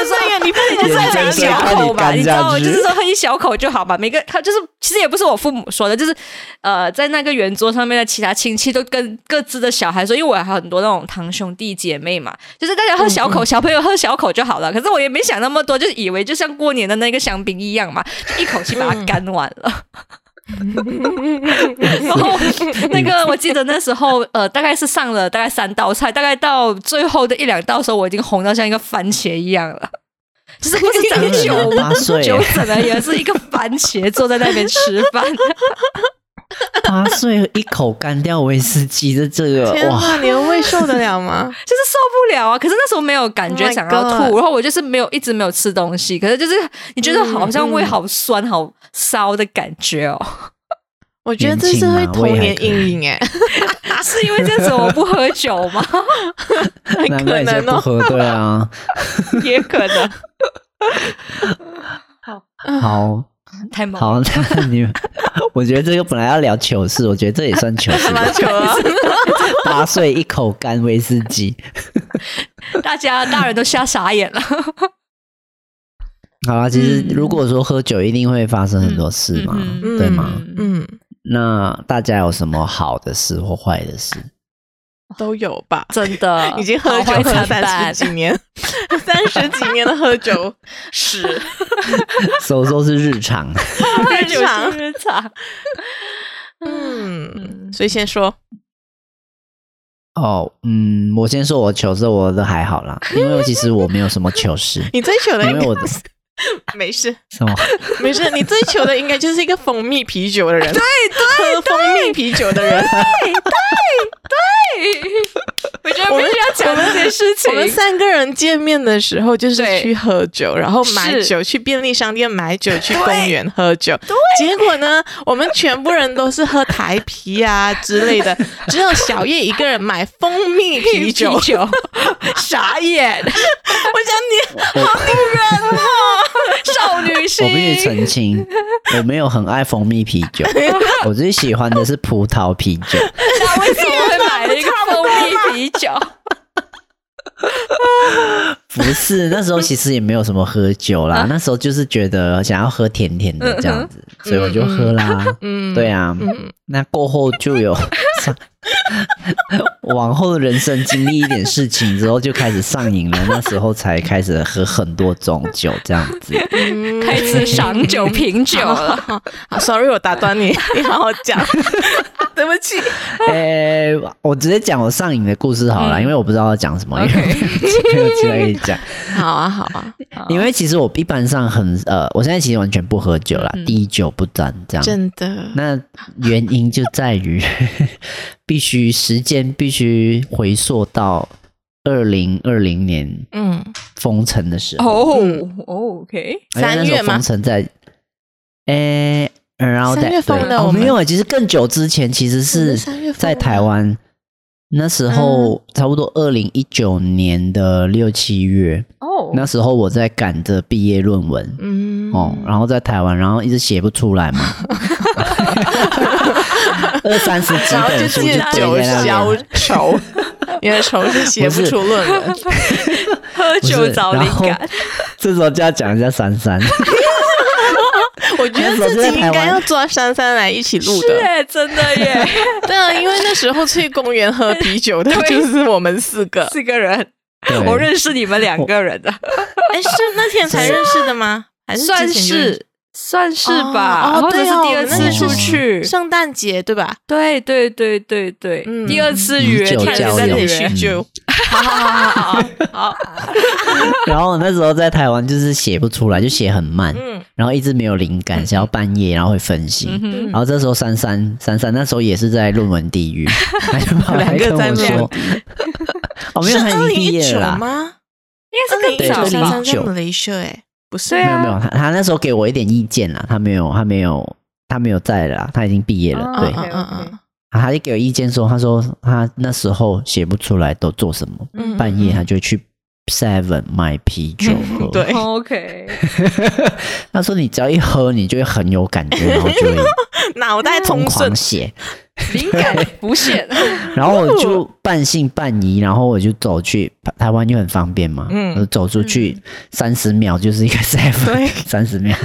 Speaker 1: 我说
Speaker 2: 呀，你不能
Speaker 1: 就是
Speaker 3: 眼
Speaker 1: 喝一
Speaker 3: 睁睁
Speaker 1: 小
Speaker 3: 看
Speaker 1: 口
Speaker 3: 你
Speaker 1: 嘛，
Speaker 3: 干
Speaker 1: 你知
Speaker 3: 下
Speaker 1: 道，
Speaker 3: 去
Speaker 1: 就是说喝一小口就好嘛。每个他就是，其实也不是我父母说的，就是呃，在那个圆桌上面的其他亲戚都跟各自的小孩说，因为我还有很多那种堂兄弟姐妹嘛，就是大家喝小口，小朋友喝小口就好了。可是我也没想那么多，就是以为就像过年的那个香槟一样嘛，就一口气把它干完了。
Speaker 2: 嗯
Speaker 1: 然后那个我记得那时候呃，大概是上了大概三道菜，大概到最后的一两道的时候，我已经红到像一个番茄一样了。就是不是长
Speaker 3: 八
Speaker 1: 酒
Speaker 3: 岁
Speaker 1: *laughs* 酒疹而已，而是一个番茄坐在那边吃饭。
Speaker 3: 八岁一口干掉威士忌的这个
Speaker 2: 天
Speaker 3: 呃哇，
Speaker 2: 哪，你的胃受得
Speaker 3: *laughs*
Speaker 2: 了吗？
Speaker 1: 就是受不了啊！可是那时候没有感觉
Speaker 2: Oh my
Speaker 1: 想要吐
Speaker 2: God
Speaker 1: 然后我就是没有一直没有吃东西，可是就是你觉得好像胃好酸、好烧的感觉哦，
Speaker 2: 我觉得这是
Speaker 3: 啊
Speaker 2: 会童年阴影哎，
Speaker 1: *laughs* 是因为这样子我不喝酒
Speaker 2: *laughs*
Speaker 1: 吗？
Speaker 3: *laughs* 难怪以前
Speaker 2: 哦
Speaker 3: 不喝，对啊。
Speaker 2: 也可能。
Speaker 3: 好
Speaker 1: 太猛了！
Speaker 3: 好，那你们， *laughs* 我觉得这个本来要聊糗事，我觉得这也算
Speaker 1: *laughs*
Speaker 3: 糗事吧。
Speaker 2: 球啊！
Speaker 3: 八岁一口干威士忌，
Speaker 1: 大家大人都吓傻眼了。
Speaker 3: 好啦，其实
Speaker 1: 嗯
Speaker 3: 如果说喝酒一定会发生很多事嘛，
Speaker 1: 嗯
Speaker 2: 嗯
Speaker 3: 对吗？
Speaker 2: 嗯，
Speaker 3: 那大家有什么好的事或坏的事？
Speaker 2: 都有吧。
Speaker 1: 真 *laughs* 的
Speaker 2: 已经喝
Speaker 1: 好
Speaker 2: 酒
Speaker 1: 坏
Speaker 2: 喝
Speaker 1: 参
Speaker 2: 三
Speaker 1: 半
Speaker 2: 十几年， *laughs* 三十几年的喝酒 *laughs* 史，
Speaker 3: 所以说是日常，
Speaker 1: 喝
Speaker 2: 日常
Speaker 1: 酒日常。
Speaker 2: 嗯，所以先说，，
Speaker 3: 哦，嗯，我先说我糗事，我的还好啦，因为其实我没有什么糗事
Speaker 2: 你最糗的
Speaker 3: 因
Speaker 2: 应
Speaker 3: 为我
Speaker 2: 该
Speaker 3: 的
Speaker 2: *laughs* 没事
Speaker 3: 什么
Speaker 2: 没事，你最糗的应该就是一个蜂蜜啤酒的人， *laughs* 对对，喝蜂蜜啤酒的人。
Speaker 1: 我觉得必须要讲这件事情
Speaker 2: 我。们三个人见面的时候就是
Speaker 1: 对
Speaker 2: 去喝酒，然后买
Speaker 1: 是
Speaker 2: 酒，去便利商店买酒，去公园喝酒。结果呢，我们全部人都是喝台啤啊之类 *laughs* 的，只有小叶一个人买蜂蜜啤酒。
Speaker 1: 啤酒傻
Speaker 2: *laughs*
Speaker 1: 眼，
Speaker 2: 我想你
Speaker 1: 少女心
Speaker 3: 我。必须澄清，我没有很爱蜂蜜啤
Speaker 2: *laughs*
Speaker 3: 酒，我最喜欢的是葡萄啤酒。
Speaker 1: 那为什么会买了一个蜂蜜啤酒？
Speaker 3: 不是，那时候其实也没有什么喝酒啦，
Speaker 2: 嗯
Speaker 3: 那时候就是觉得想要喝甜甜的这样子，所以我就喝啦。*laughs*
Speaker 2: 嗯
Speaker 3: 对啊，那过后就有 *laughs* 上。往后的人生经历一点事情之后，就开始上瘾了。那时候才开始喝很多种酒，这样子。
Speaker 2: 嗯
Speaker 1: 开始赏酒品酒了。
Speaker 2: *laughs* 好，sorry，我打断 *laughs* 你，你好好讲，对不起。
Speaker 3: 诶、我直接讲我上瘾的故事好
Speaker 2: 嗯
Speaker 3: 了，因为我不知道要讲什么，因为没有其他可以讲。
Speaker 2: 好啊，好啊，
Speaker 3: 因为其实我一般上很呃，我现在其实完全不喝酒啦，滴酒不沾这样。
Speaker 2: 嗯真的，
Speaker 3: 那原因就在于 *laughs* 必须时间必须回溯到二零二零年
Speaker 2: 嗯，
Speaker 3: 封城的时
Speaker 1: *laughs*
Speaker 3: 候，
Speaker 1: 哦
Speaker 2: 嗯
Speaker 1: 哦，OK，
Speaker 3: 而哎且那
Speaker 2: 三
Speaker 3: 时候
Speaker 2: 月吗
Speaker 3: 封城在，诶、然后在
Speaker 2: 三月封
Speaker 3: 对
Speaker 2: 的
Speaker 3: 哦
Speaker 2: 我们
Speaker 3: 没有，其实更久之前其实
Speaker 2: 我
Speaker 3: 是
Speaker 2: 们三月封嗯
Speaker 3: 在
Speaker 2: 的
Speaker 3: 台湾，那时候差不多二零一九年的六七月，
Speaker 1: 哦
Speaker 3: 那时候我在赶着毕业论文，
Speaker 2: 嗯，
Speaker 3: 哦，然后在台湾，然后一直写不出
Speaker 2: *laughs*
Speaker 3: 来嘛，二三十几
Speaker 2: 然后
Speaker 3: 本
Speaker 2: 就
Speaker 3: 书
Speaker 2: 借
Speaker 3: 就
Speaker 2: 酒
Speaker 3: 堆在那
Speaker 2: 消
Speaker 3: 边。 *laughs*
Speaker 2: 愁，你的愁是写不出论文。
Speaker 1: 喝
Speaker 3: 不是
Speaker 1: 酒找灵
Speaker 3: 然后 *laughs*
Speaker 1: 感。
Speaker 3: 这时候就要讲一下珊
Speaker 2: *laughs*
Speaker 3: 珊，
Speaker 2: 我
Speaker 3: 哎
Speaker 2: 觉得自己应该要抓珊珊来一起录的。
Speaker 1: 对，真的耶，
Speaker 2: 对啊，因为那时候去公园喝啤酒 *laughs* 的
Speaker 1: 对
Speaker 2: 就是我们四个。
Speaker 1: 四个人，
Speaker 3: 对
Speaker 1: 我认识你们两个人的，
Speaker 2: 哎，是那天才认识的吗？还是
Speaker 1: 算
Speaker 2: 之前就认识
Speaker 1: 是算是
Speaker 2: 哦
Speaker 1: 吧，
Speaker 2: 哦
Speaker 1: 或者
Speaker 2: 对
Speaker 1: 是
Speaker 2: 哦
Speaker 1: 第二
Speaker 2: 我
Speaker 1: 次
Speaker 3: 们那
Speaker 1: 出
Speaker 3: 个是
Speaker 1: 去，
Speaker 2: 圣诞节对吧？
Speaker 1: 对对对对对
Speaker 2: 嗯，
Speaker 1: 第二次约，
Speaker 3: 以酒
Speaker 1: 第二
Speaker 3: 交
Speaker 1: 次在
Speaker 3: 友
Speaker 1: 里 *laughs*
Speaker 3: 嗯
Speaker 1: 约，
Speaker 2: 就
Speaker 1: 好好好好好，
Speaker 3: 然后我那时候在台湾就是写不出来，就写很慢，
Speaker 2: 嗯
Speaker 3: 然后一直没有灵感，写到半夜，然后会分心。
Speaker 1: 嗯哼
Speaker 3: 然后这时候珊珊，珊珊那时候也是在论文地狱，
Speaker 2: *laughs*
Speaker 3: 她就跑来跟我
Speaker 2: 两个在
Speaker 3: 说
Speaker 2: *laughs* 论：“
Speaker 3: 哦，没
Speaker 2: 是
Speaker 3: 有，她已
Speaker 2: 二
Speaker 3: 经
Speaker 2: 零
Speaker 3: 毕
Speaker 2: 一
Speaker 3: 业
Speaker 2: 九
Speaker 3: 了啦。
Speaker 2: 吗？
Speaker 1: 应
Speaker 2: 二零
Speaker 1: 该是
Speaker 2: 一九
Speaker 1: 更早
Speaker 3: 对
Speaker 2: 珊珊在
Speaker 3: 2019
Speaker 2: Malaysia 哎，不是
Speaker 1: 对
Speaker 3: 没有
Speaker 1: 啊
Speaker 3: 没有，他他那时候给我一点意见啦，他没有他没有他没有在了啦，他已经毕业了，
Speaker 1: 哦
Speaker 3: 对，
Speaker 2: 嗯嗯嗯
Speaker 3: 他就给我意见说，他说他那时候写不出来都做什么，
Speaker 2: 嗯
Speaker 3: 半夜他就去 Seven 买啤酒喝，
Speaker 2: *laughs* 对，
Speaker 1: 嗯哦 OK，
Speaker 3: 他说你只要一喝，你就会很有感觉，然后
Speaker 2: *laughs*
Speaker 3: 就会
Speaker 2: 脑袋
Speaker 3: 疯 *laughs*
Speaker 2: 通顺
Speaker 3: 狂，写，
Speaker 1: *laughs* 灵感浮现，
Speaker 3: *laughs* 然后我就半信半疑，然后我就走去台湾又很方便嘛，
Speaker 2: 嗯
Speaker 3: 嗯，我走出去三十秒就是一个 seven，
Speaker 2: 对
Speaker 3: 三十秒，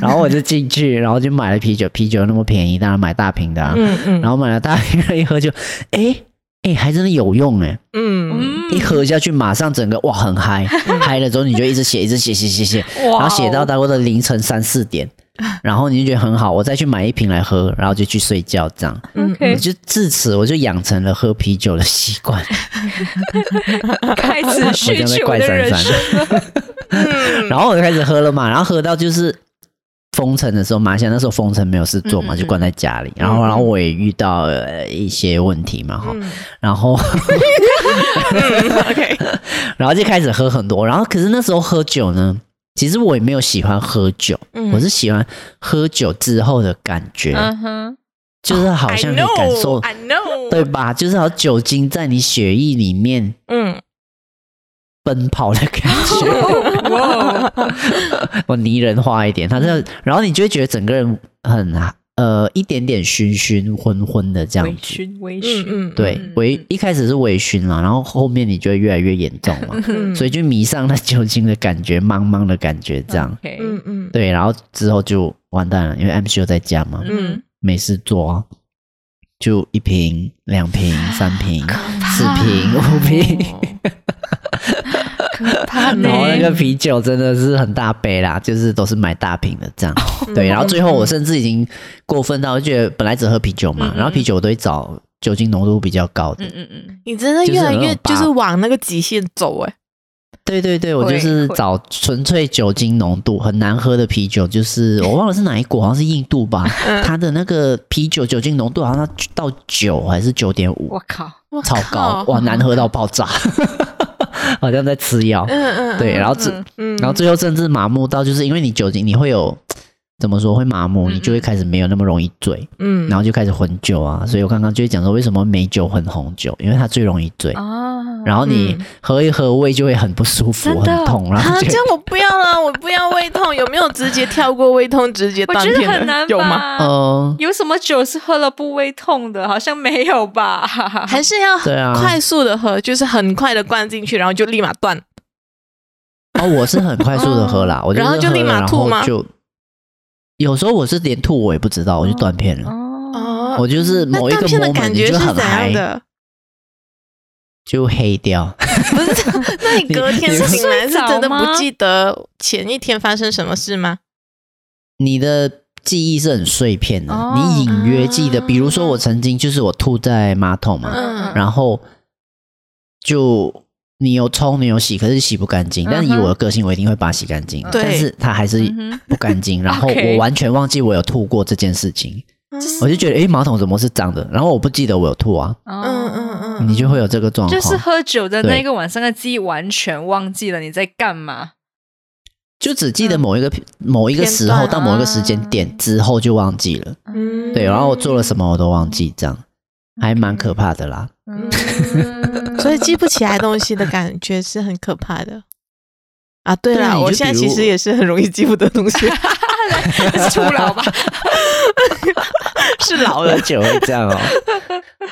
Speaker 3: 然后我就进去，然后就买了啤酒，啤酒那么便宜，当然买大瓶的、啊，
Speaker 2: 嗯嗯
Speaker 3: 然后买了大瓶的一喝就，哎哎，还真的有用哎、
Speaker 2: 嗯，
Speaker 1: 嗯
Speaker 3: 一喝下去马上整个哇很嗨，嗨了之后你就一直写，一直写写写写，
Speaker 1: 哇哦
Speaker 3: 然后写到大概的凌晨三四点，然后你就觉得很好，我再去买一瓶来喝，然后就去睡觉这样。我
Speaker 1: OK，
Speaker 3: 嗯就自此我就养成了喝啤酒的习惯，
Speaker 1: 嗯
Speaker 3: *laughs*
Speaker 1: 开始
Speaker 3: 我这
Speaker 1: 酗
Speaker 3: 样在
Speaker 1: 酒
Speaker 3: 怪
Speaker 1: 的
Speaker 3: 珊
Speaker 1: 人
Speaker 3: 珊
Speaker 1: 生。。
Speaker 3: *laughs*
Speaker 2: 嗯
Speaker 3: 然后我就开始喝了嘛，然后喝到就是封城的时候，马来西亚那时候封城没有事做嘛，
Speaker 2: 嗯嗯嗯
Speaker 3: 就关在家里。然后，然后我也遇到呃一些问题嘛，哈、 *laughs* 然后
Speaker 2: 嗯
Speaker 3: *laughs*
Speaker 2: OK，
Speaker 3: 然后就开始喝很多。然后，可是那时候喝酒呢，其实我也没有喜欢喝酒，
Speaker 2: 嗯
Speaker 3: 我是喜欢喝酒之后的感觉，
Speaker 1: 嗯哼，
Speaker 3: 就是好像你感受
Speaker 2: 哦 I know，
Speaker 3: 对，吧？就是好像酒精在你血液里面
Speaker 2: 嗯，
Speaker 3: 奔跑
Speaker 2: *laughs*
Speaker 3: 的感觉。哦
Speaker 2: 哦
Speaker 3: *laughs* 我拟人化一点，他
Speaker 2: 嗯
Speaker 3: 这，然后你就会觉得整个人很呃一点点醺醺昏昏的这样
Speaker 1: 微
Speaker 3: 子。
Speaker 1: 醺微
Speaker 2: 嗯
Speaker 1: 醺，
Speaker 2: 嗯，
Speaker 3: 对，微一开始是微醺啦，然后后面你就会越来越严重
Speaker 2: *laughs*
Speaker 3: 嘛，
Speaker 2: 嗯
Speaker 3: 所以就迷上了酒精的感觉，茫茫的感觉这样。
Speaker 1: OK，
Speaker 2: 嗯嗯，
Speaker 3: 对，然后之后就完蛋了，因为 M C U 在家嘛，
Speaker 2: 嗯，
Speaker 3: 没事做啊，就一瓶、两瓶、三瓶、
Speaker 1: 嗯
Speaker 3: 四瓶、
Speaker 2: 哦
Speaker 3: 五瓶，
Speaker 1: 他呢
Speaker 3: 然后那个啤酒真的是很大杯啦，就是都是买大瓶的这样。 *laughs*
Speaker 2: 嗯
Speaker 3: 对，然后最后我甚至已经过分到，我觉得本来只喝啤酒
Speaker 2: 嗯
Speaker 3: 嘛，然后啤酒我都会找酒精浓度比较高的
Speaker 1: 嗯。嗯嗯，
Speaker 2: 你真的越来越
Speaker 3: 就是那种吧
Speaker 2: 就是往那个极限走哎，
Speaker 3: 对对对，我
Speaker 1: 会
Speaker 3: 就是
Speaker 1: 会
Speaker 3: 找纯粹酒精浓度很难喝的啤酒，就是我忘了是哪一国，好像是印度吧，
Speaker 2: 嗯
Speaker 3: 它的那个啤酒酒精浓度好像到九还是九点五
Speaker 1: 我，靠，
Speaker 2: 我
Speaker 3: 超高
Speaker 2: 靠
Speaker 3: 哇，难喝到爆炸， *laughs* 好像在吃药。
Speaker 2: 嗯嗯，
Speaker 3: 对，然后只
Speaker 2: 嗯，
Speaker 3: 然后最后甚至麻木到，就是因为你酒精，你会有怎么说会麻木，你就会开始没有那么容易醉，
Speaker 2: 嗯，
Speaker 3: 然后就开始混酒啊。所以我刚刚就会讲说，为什么美酒混红酒，因为它最容易醉。
Speaker 2: 哦
Speaker 1: 啊，
Speaker 3: 然后你喝一喝，胃就会很不舒服，
Speaker 1: 真的
Speaker 3: 很痛，然
Speaker 2: 啊，
Speaker 3: 后就
Speaker 2: 这样我不要了，我不要胃痛，有没有直接跳过胃痛直接
Speaker 1: 我
Speaker 2: 断
Speaker 1: 觉得
Speaker 2: 片
Speaker 1: 很
Speaker 2: 的
Speaker 1: 难？
Speaker 2: 有吗？
Speaker 1: *laughs* 吧？
Speaker 2: *laughs*
Speaker 3: 呃，
Speaker 1: 有什么酒是喝了不胃痛的？好像没有吧？
Speaker 2: 还是要
Speaker 3: 对啊
Speaker 2: 快速的喝，就是很快的灌进去，然后就立马断。
Speaker 3: 哦，我是很快速的喝 *laughs* 哦啦，我是
Speaker 2: 然后就
Speaker 3: 喝了
Speaker 2: 立马
Speaker 3: 然
Speaker 2: 吐
Speaker 3: 后
Speaker 2: 吗
Speaker 3: 就有时候我是连吐我也不知道，我就断片
Speaker 1: *laughs*
Speaker 3: 了。
Speaker 1: 哦，
Speaker 2: 哦
Speaker 3: 我就是
Speaker 2: 那
Speaker 3: 某一
Speaker 2: 断
Speaker 3: 个
Speaker 2: 片的
Speaker 3: moment
Speaker 2: 感
Speaker 3: 你
Speaker 2: 觉
Speaker 3: 就是很
Speaker 2: 怎样
Speaker 3: 嗨，
Speaker 2: 的？
Speaker 3: 就黑掉。 *laughs*
Speaker 2: 不是，那你隔天
Speaker 3: 你你
Speaker 2: 醒来是真的
Speaker 1: 睡着吗
Speaker 2: 不记得前一天发生什么事吗？
Speaker 3: 你的记忆是很碎片的，
Speaker 1: 哦
Speaker 3: 你隐约记
Speaker 2: 啊
Speaker 3: 得，比如说我曾经就是我吐在马桶嘛，
Speaker 2: 嗯
Speaker 3: 哦然后就你有冲你有洗，可是洗不干净。但是以
Speaker 1: 嗯哼
Speaker 3: 我的个性，我一定会把它洗干净，啊
Speaker 2: 嗯对
Speaker 3: 但是它还是
Speaker 1: 嗯哼
Speaker 3: 不干
Speaker 2: *laughs*
Speaker 3: 净。然后
Speaker 1: OK
Speaker 3: 我完全忘记我有吐过这件事情，
Speaker 1: 就是
Speaker 3: 我就觉得诶，马桶怎么是脏的？然后我不记得我有吐啊，
Speaker 1: 嗯
Speaker 2: 嗯嗯嗯，
Speaker 3: 你就会有这个状况，
Speaker 1: 就是喝酒的那
Speaker 3: 对
Speaker 1: 个晚上的记忆完全忘记了你在干嘛。
Speaker 3: 就只记得某一个、某一个时候
Speaker 2: 嗯片段
Speaker 3: 到某一个时间点之后就忘记了。
Speaker 2: 嗯
Speaker 3: 对，然后我做了什么我都忘记，这样还蛮可怕的啦。
Speaker 1: 嗯， *laughs*
Speaker 2: 所以记不起来东西的感觉是很可怕
Speaker 3: *laughs*
Speaker 2: 的。啊，对
Speaker 3: 对你
Speaker 2: 了，
Speaker 3: 就
Speaker 2: 我现在
Speaker 3: 比
Speaker 2: 其
Speaker 3: 如
Speaker 2: 实也是很容易记不得
Speaker 3: *laughs*
Speaker 2: 东西，
Speaker 1: 是初老吧？
Speaker 2: *laughs* 是老
Speaker 3: *laughs* 喝
Speaker 2: 了。
Speaker 3: 酒会这样哦。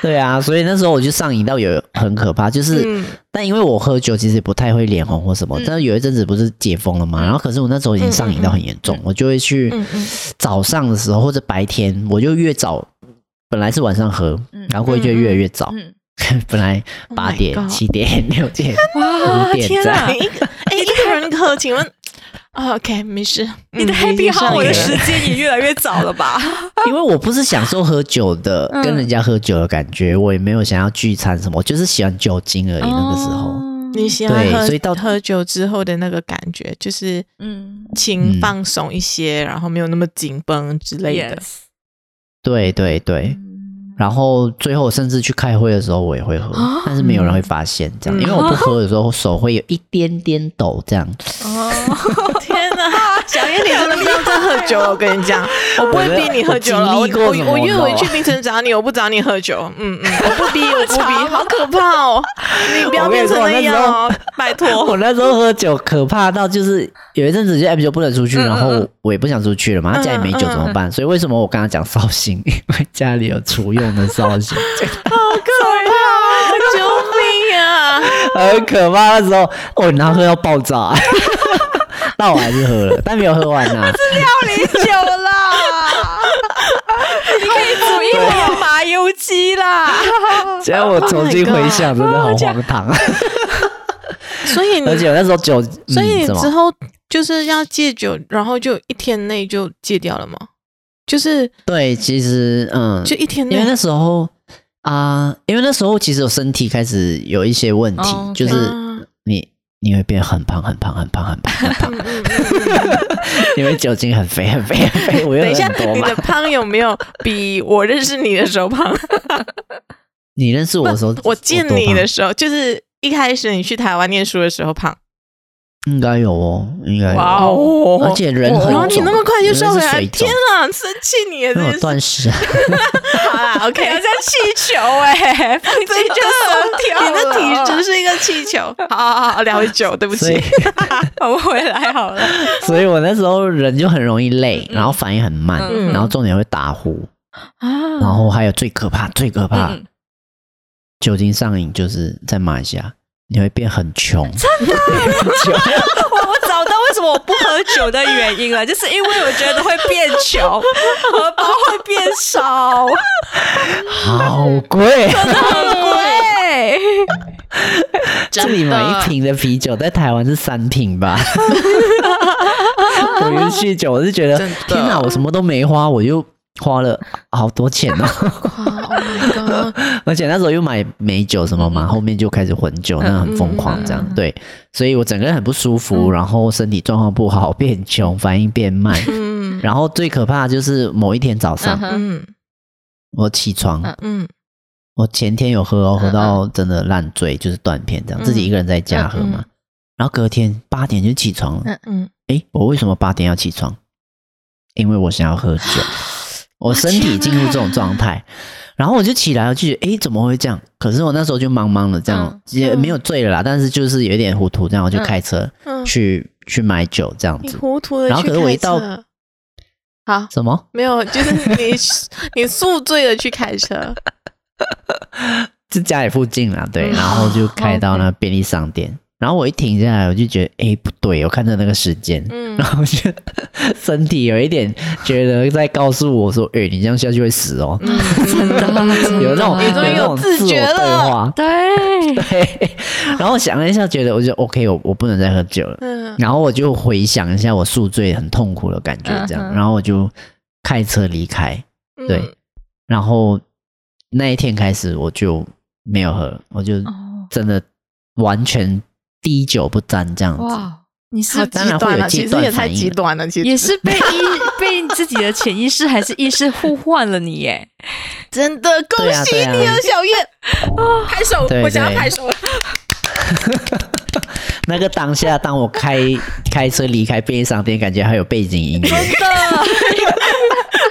Speaker 3: 对啊，所以那时候我就上瘾到有很可怕，就是、
Speaker 2: 嗯
Speaker 3: 但因为我喝酒其实也不太会脸红或什么，但是有一阵子不是解封了嘛，然后可是我那时候已经上瘾到很严重，我就会去
Speaker 2: 嗯嗯
Speaker 3: 早上的时候或者白天，我就越早。本来是晚上喝，
Speaker 2: 嗯
Speaker 3: 然后过去就越来越早，
Speaker 1: 嗯，
Speaker 3: *laughs* 本来八
Speaker 2: Oh my
Speaker 3: 点、
Speaker 2: God
Speaker 3: 七点、六点、
Speaker 2: *laughs*
Speaker 1: 哇
Speaker 3: 五点
Speaker 1: 天
Speaker 3: 这样
Speaker 1: 啊，
Speaker 2: 一个哎，一个人喝，请问啊，OK，没事。
Speaker 1: 你的
Speaker 2: 嗯
Speaker 1: Happy
Speaker 2: 上
Speaker 1: Hour 的
Speaker 2: 瘾了
Speaker 1: 时间也越来越早了
Speaker 3: *laughs*
Speaker 1: 吧？
Speaker 3: 因为我不是享受喝酒的，
Speaker 2: 嗯
Speaker 3: 跟人家喝酒的感觉，我也没有想要聚餐什么，我就是喜欢酒精而已。那个时候，
Speaker 1: 哦
Speaker 2: 你喜欢
Speaker 3: 对
Speaker 2: 喝，
Speaker 3: 所以到
Speaker 2: 喝酒之后的那个感觉，就是
Speaker 1: 嗯
Speaker 2: 轻
Speaker 3: 嗯
Speaker 2: 放松一些，然后没有那么紧绷之类的。
Speaker 1: Yes
Speaker 3: 对对对，
Speaker 2: 嗯
Speaker 3: 然后最后甚至去开会的时候我也会喝，但是没有人会发现这样，
Speaker 2: 啊嗯
Speaker 3: 因为我不喝的时候手会有一点点抖这
Speaker 2: *laughs*
Speaker 3: 样。 *laughs*
Speaker 2: 天哪，小燕，你真的不要再喝酒了，我跟你讲， *laughs* 我不会逼你喝酒了。
Speaker 3: 我
Speaker 2: 我
Speaker 3: 经历过什么
Speaker 2: 我我约
Speaker 3: 我
Speaker 2: 我
Speaker 3: 知道
Speaker 2: 去凌晨找你，我不找你喝酒。嗯嗯，我不逼，我不逼，好可怕哦！你不要
Speaker 3: 我跟
Speaker 2: 变
Speaker 3: 你
Speaker 2: 成
Speaker 3: 说
Speaker 2: 那样哦， *laughs* 拜
Speaker 3: *laughs*
Speaker 2: 托。
Speaker 3: 我那时候喝酒可怕到，就是有一阵子就 M 就不能出去，然后我也不想出去了嘛，
Speaker 2: 嗯
Speaker 3: 家里没酒怎么办？所以为什么我刚刚讲绍兴，因为家里有厨用的绍
Speaker 2: *laughs*
Speaker 3: 兴。 *laughs*
Speaker 2: 救命啊！
Speaker 3: 很可怕的时候，哦，然后喝到爆
Speaker 2: *laughs*
Speaker 3: 炸，那我还是喝了，但没有喝完啊呐、
Speaker 1: *laughs* 零酒啦，你可以煮一锅麻油鸡 *laughs* 啦。
Speaker 3: 现在我重新回
Speaker 2: Oh
Speaker 3: 想，真的好荒唐。啊
Speaker 2: *laughs* 所以
Speaker 3: 而且
Speaker 2: 你，
Speaker 3: 我那时候酒，
Speaker 2: 嗯所以
Speaker 3: 嗯、
Speaker 2: 你
Speaker 3: 什么
Speaker 2: 之后就是要戒酒，然后就一天内就戒掉了吗？就是
Speaker 3: 对，其实嗯，
Speaker 2: 就一天
Speaker 3: 因
Speaker 2: 内
Speaker 3: 为那时候啊啊、因为那时候其实我身体开始有一些问题，
Speaker 1: 哦，OK
Speaker 3: 就是
Speaker 2: 嗯
Speaker 3: 你你会变很胖很胖很胖很胖 *laughs* 很胖，
Speaker 2: 嗯嗯嗯嗯
Speaker 3: 因为酒精很肥很肥很
Speaker 2: *laughs*
Speaker 3: 肥，我有
Speaker 2: 等一下
Speaker 3: 很，多
Speaker 2: 你
Speaker 3: 嘛
Speaker 2: 的。胖有没有比我认识你的时候胖？
Speaker 3: 你认识我的时候，
Speaker 2: *laughs* 我见
Speaker 3: 多
Speaker 2: 你
Speaker 3: 胖
Speaker 2: 的时候，就是一开始你去台湾念书的时候胖。
Speaker 3: 应该有哦，应该有。
Speaker 2: 哇哦！
Speaker 3: 而且人很
Speaker 2: 然后你
Speaker 3: 肿
Speaker 2: 那么快就瘦回
Speaker 3: 人是
Speaker 2: 来，
Speaker 3: 水肿
Speaker 2: 天啊，生气你也
Speaker 3: 因
Speaker 2: 真
Speaker 3: 为
Speaker 2: 的
Speaker 3: 我断 *laughs* 食啊，
Speaker 2: 是 *laughs* 好啦
Speaker 1: 不要
Speaker 2: ，OK
Speaker 1: 这。样气球哎、欸，腹肌
Speaker 2: 真的
Speaker 1: 就松掉了。
Speaker 2: 你的体真是一个气球。好好好好，聊很久，对不
Speaker 3: 所
Speaker 2: 起
Speaker 3: 以。
Speaker 1: 我回来好了。 *laughs*
Speaker 3: 所以我那时候人就很容易累，然后反应很慢，
Speaker 2: 嗯
Speaker 3: 然后重点会打呼，
Speaker 1: 啊
Speaker 3: 然后还有最可怕最可怕、
Speaker 1: 嗯
Speaker 3: 酒精上瘾，就是在马来西亚你会变很穷，
Speaker 1: 我我找到为什么我不喝酒的原因了，就是因为我觉得会变穷，荷包会变少，
Speaker 3: 好贵。
Speaker 1: 很贵。
Speaker 3: 这里买一瓶的啤酒，在台湾是三瓶
Speaker 2: *laughs*
Speaker 3: 吧？我一去酒，我就觉得
Speaker 2: 真的
Speaker 3: 天哪，我什么都没花，我就花了好多钱哦。
Speaker 2: Oh 嗯
Speaker 3: 而且那时候又买美酒什么嘛，后面就开始混酒，那很疯狂这样。对，所以我整个人很不舒服，然后身体状况不好，变穷，反应变慢。
Speaker 2: 嗯
Speaker 3: 然后最可怕的就是某一天早上，
Speaker 2: 嗯
Speaker 3: 我起床，
Speaker 1: 嗯
Speaker 2: 嗯
Speaker 3: 我前天有喝哦，喝到真的烂醉，就是断片这样，自己一个人在家喝嘛。然后隔天八点就起床了，
Speaker 2: 嗯，
Speaker 3: 诶，我为什么八点要起床？因为我想要
Speaker 2: *laughs*
Speaker 3: 喝酒，我身体进入这种状态，然后我就起来，我就觉得诶，怎么会这样？可是我那时候就茫茫的这样，也没有醉了啦，但是就是有点糊涂，这样我就开车
Speaker 2: 嗯嗯
Speaker 3: 去、去买酒这样
Speaker 2: 你
Speaker 3: 子。
Speaker 2: 糊涂的。
Speaker 3: 然后可是我一到
Speaker 2: 好，
Speaker 3: 什么？
Speaker 2: 没有，就是你 *laughs* 你宿醉的去开车，
Speaker 3: 是家里附近啦，对，
Speaker 2: 嗯
Speaker 3: 然后就开到那便利商店。然后我一停下来，我就觉得，诶，不对，我看着那个时间，
Speaker 2: 嗯
Speaker 3: 然后 *laughs* 我就身体有一点觉得在告诉我说，诶，你这样下去会死哦，
Speaker 2: 嗯，真的
Speaker 3: 有那种
Speaker 2: 你终于
Speaker 3: 那种
Speaker 2: 嗯有自
Speaker 3: 自我
Speaker 2: 觉
Speaker 3: 对
Speaker 2: 了，
Speaker 3: 话，
Speaker 1: 对，
Speaker 3: 对。然后想了一下，觉得我就 OK，我我不能再喝酒了。
Speaker 2: 嗯
Speaker 3: 然后我就回想一下我宿醉很痛苦的感觉，这样，
Speaker 1: 嗯哼
Speaker 3: 然后我就开车离开。 *laughs* 对，
Speaker 2: 嗯
Speaker 3: 然后那一天开始我就没有喝了，我就
Speaker 1: 哦
Speaker 3: 真的完全滴酒不沾这样子。
Speaker 1: 哇，你是
Speaker 2: 好
Speaker 3: 哦当
Speaker 2: 极
Speaker 3: 然会
Speaker 2: 端
Speaker 3: 有
Speaker 2: 了，
Speaker 3: 极
Speaker 2: 其实
Speaker 3: 端
Speaker 2: 也太
Speaker 3: 反应
Speaker 2: 极
Speaker 3: 了
Speaker 2: 端了，其实
Speaker 1: 也是被意 *laughs* 被自己的潜意识还是意识互换了你耶？
Speaker 2: 真的，恭
Speaker 3: 对啊
Speaker 2: 喜
Speaker 3: 对啊
Speaker 2: 你啊，小月！ *laughs* 拍手
Speaker 3: 对，
Speaker 2: 我想要
Speaker 3: 对
Speaker 2: 拍手了。
Speaker 3: 那个当下，当我开开车离开便利商店，感觉还有背景音
Speaker 2: *laughs*
Speaker 3: 乐，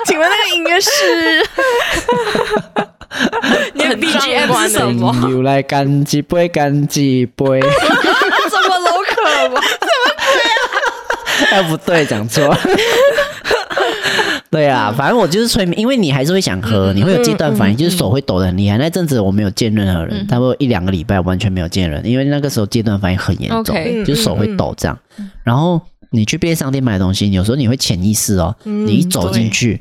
Speaker 2: 请问那个音乐是？
Speaker 1: 你的
Speaker 2: 很壮
Speaker 1: BGM
Speaker 2: 观
Speaker 1: 是
Speaker 2: 的
Speaker 1: 什么？
Speaker 3: 朋友来干几杯，干几
Speaker 1: *laughs*
Speaker 3: 杯。啊
Speaker 2: *laughs*
Speaker 1: 怎么楼可吗？
Speaker 3: 哎，不对，讲错 *laughs* 了。对啊，
Speaker 1: 嗯
Speaker 3: 反正我就是催眠，因为你还是会想喝，你会有戒断反应，就是手会抖得很厉害。那阵子我没有见任何人，
Speaker 1: 嗯
Speaker 3: 差不多一两个礼拜完全没有见人，因为那个时候戒断反应很严重
Speaker 1: OK 嗯
Speaker 3: 就是手会抖这样。然后你去便利商店买东西，有时候你会潜意识哦，
Speaker 2: 嗯
Speaker 3: 你一走进去，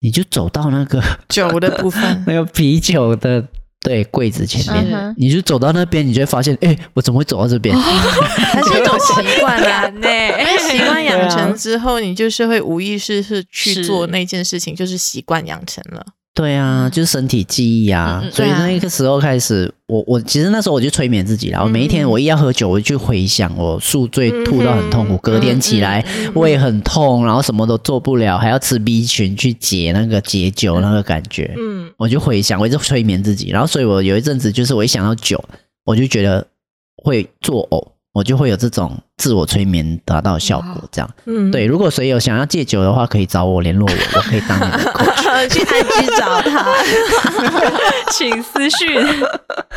Speaker 3: 你就走到那个 *laughs*
Speaker 2: 酒的部 *laughs* 分，
Speaker 3: 那个啤酒的对柜子前面，
Speaker 1: 嗯
Speaker 3: 你就走到那边，你就会发现，哎，我怎么会走到这边？
Speaker 2: 它是一种习惯 *laughs* 啦。
Speaker 1: 难呢、
Speaker 2: 因为习
Speaker 3: 对
Speaker 2: 惯哎养
Speaker 3: 啊
Speaker 2: 成之后，你就是会无意识是去
Speaker 1: 是
Speaker 2: 做那件事情，就是习惯养成了。
Speaker 3: 对
Speaker 2: 嗯
Speaker 3: 啊，就是身体记忆啊，
Speaker 1: 嗯嗯
Speaker 3: 所以
Speaker 2: 对啊
Speaker 3: 那个时候开始，我我其实那时候我就催眠自己
Speaker 2: 嗯
Speaker 3: 啦，我每一天我一要喝酒，我就去回想我宿醉吐到很痛苦，
Speaker 2: 嗯
Speaker 3: 隔天起来胃很痛，然后什么都做不了，还要吃 B 群去解那个解酒那个感觉，
Speaker 2: 嗯，
Speaker 3: 我就回想，我一直催眠自己，然后所以我有一阵子就是我一想到酒，我就觉得会作呕，我就会有这种自我催眠达到效果
Speaker 1: 哇
Speaker 3: 这样。
Speaker 2: 嗯 *laughs*
Speaker 3: 对，如果谁有想要戒酒的话，可以找我联络我，我可以当你的 coach。
Speaker 2: 去 IG 找他。
Speaker 1: *laughs* 请私 *laughs* 讯。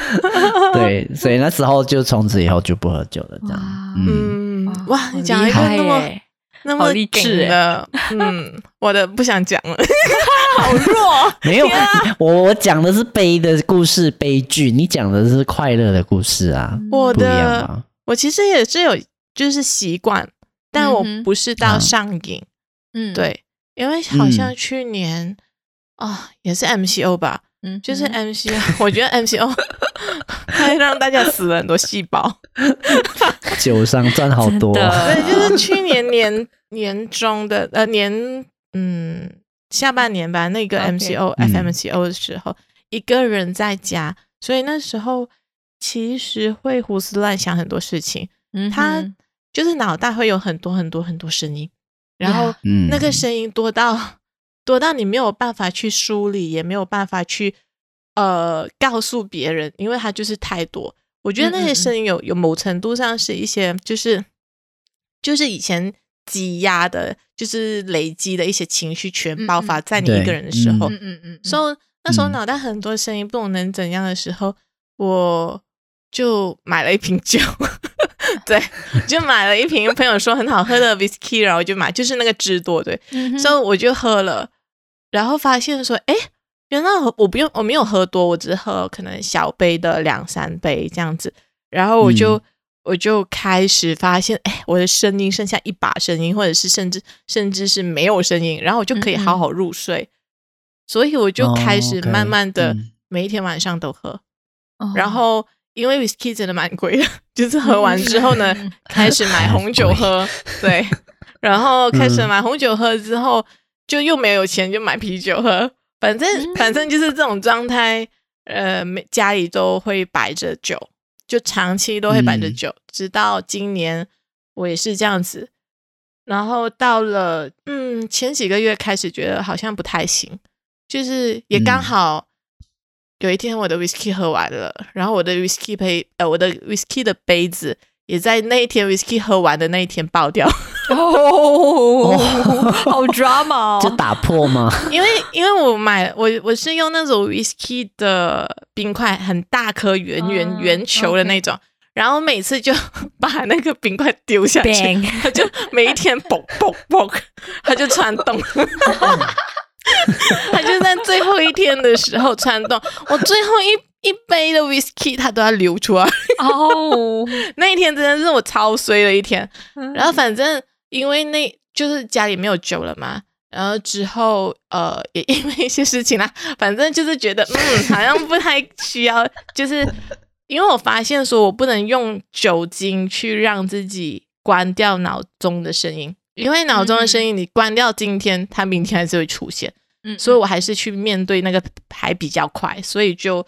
Speaker 2: *laughs*
Speaker 3: 对，所以那时候就从此以后就不喝酒了，这样。嗯，
Speaker 2: 嗯，哇，你讲
Speaker 1: 好
Speaker 2: 了一
Speaker 1: 厉害
Speaker 2: 个那么
Speaker 1: 耶
Speaker 2: 那么
Speaker 1: 好励志
Speaker 2: 梗的，嗯，我的不想讲了， *laughs* 好弱。
Speaker 3: 没有，
Speaker 2: 啊
Speaker 3: *laughs* 我我讲的是悲的故事，悲剧；你讲的是快乐的故事啊，
Speaker 2: 我
Speaker 3: 不一样
Speaker 2: 的
Speaker 3: 吧？
Speaker 2: 嗯我其实也是有就是习惯，但我
Speaker 1: 嗯哼
Speaker 2: 不是到
Speaker 3: 啊
Speaker 2: 上瘾。
Speaker 1: 嗯，
Speaker 2: 对，因为好像
Speaker 3: 嗯
Speaker 2: 去年啊、也是 MCO 吧，
Speaker 1: 嗯，
Speaker 2: 就是 MCO，我觉得 MCO *laughs* 会让大家死了很多细胞。
Speaker 3: 酒商赚好多啊
Speaker 2: *laughs*
Speaker 1: 真，的
Speaker 2: 对，就是去 *laughs* 年年年中的呃年嗯下半年吧，那个
Speaker 1: OK
Speaker 2: MCO、
Speaker 3: 嗯
Speaker 2: FMCO 的时候，一个人在家，所以那时候其实会胡思乱想很多事情。
Speaker 1: 嗯哼
Speaker 2: 他就是脑袋会有很多很多很多声音，然后
Speaker 1: 呀
Speaker 3: 嗯，
Speaker 2: 那个声音多到多到你没有办法去梳理，也没有办法去呃告诉别人，因为它就是太多。我觉得
Speaker 1: 嗯
Speaker 2: 那
Speaker 1: 嗯
Speaker 2: 些
Speaker 1: 嗯
Speaker 2: 声音有有某程度上是一些就是就是以前积压的，就是累积的一些情绪全爆发在你一个人的时候，
Speaker 1: 嗯嗯嗯，
Speaker 2: 所以那时候
Speaker 3: 嗯
Speaker 2: 脑袋很多声音，不懂能怎样的时候，我就买了一瓶酒， *laughs* 对，就买了一瓶朋友说很好喝的 whisky，然后我就买，就是那个汁多，对，
Speaker 1: 嗯
Speaker 2: 所以我就喝了，然后发现说，哎，原来我我不用我没有喝多，我只是喝可能小杯的两三杯这样子，然后我就、
Speaker 3: 嗯
Speaker 2: 我就开始发现，哎，我的声音剩下一把声音，或者是甚至甚至是没有声音，然后我就可以
Speaker 1: 嗯嗯
Speaker 2: 好好入睡，所以我就开始
Speaker 3: 哦，OK，
Speaker 2: 慢慢的
Speaker 3: 嗯
Speaker 2: 每一天晚上都喝，
Speaker 1: 哦
Speaker 2: 然后因为 whisky 真的蛮贵的， *laughs* 就是喝完之后呢，
Speaker 1: 嗯
Speaker 2: 开始买红酒喝，对，然后
Speaker 1: 嗯
Speaker 2: 开始买红酒喝之后，就又没有钱就买啤酒喝，反正
Speaker 1: 嗯
Speaker 2: 反正就是这种状态，呃，每家里都会摆着酒，就长期都会摆着
Speaker 3: 嗯
Speaker 2: 酒，直到今年我也是这样子，然后到了嗯前几个月开始觉得好像不太行，就是也刚
Speaker 3: 嗯
Speaker 2: 好有一天我的 whisky 喝完了，然后我的 whisky 杯呃我的 whisky 的杯子也在那一天 whisky 喝完的那一天爆掉，
Speaker 1: *laughs*
Speaker 2: *laughs*
Speaker 1: 哦，好 *laughs* drama 哦，
Speaker 3: *laughs* 就打破吗？
Speaker 2: 因为因为我买我我是用那种 whisky 的冰块，很大颗圆圆
Speaker 1: 啊
Speaker 2: 圆球的那种。然后每次就把那个冰块丢下去
Speaker 1: Bang
Speaker 2: 它就每一天嘣嘣嘣，它就窜动，它就在最后一天的时候窜动。我最后一一杯的 whisky 它都要流出来，
Speaker 1: 哦，
Speaker 2: *laughs* 那一天真的是我超衰的一天。然
Speaker 1: 后
Speaker 2: 后反正因为那就是家里没有酒了嘛，然后之后呃也 *laughs* 因为一些事情啦，反正就是觉得嗯好像不太需要，就是因为我发现说我不能用酒精去让自己关掉脑中的声音，因为脑中的声音你关掉今天，它明天还是会出现。
Speaker 1: 嗯
Speaker 2: 所以我还是去面对那个还比较快，所以就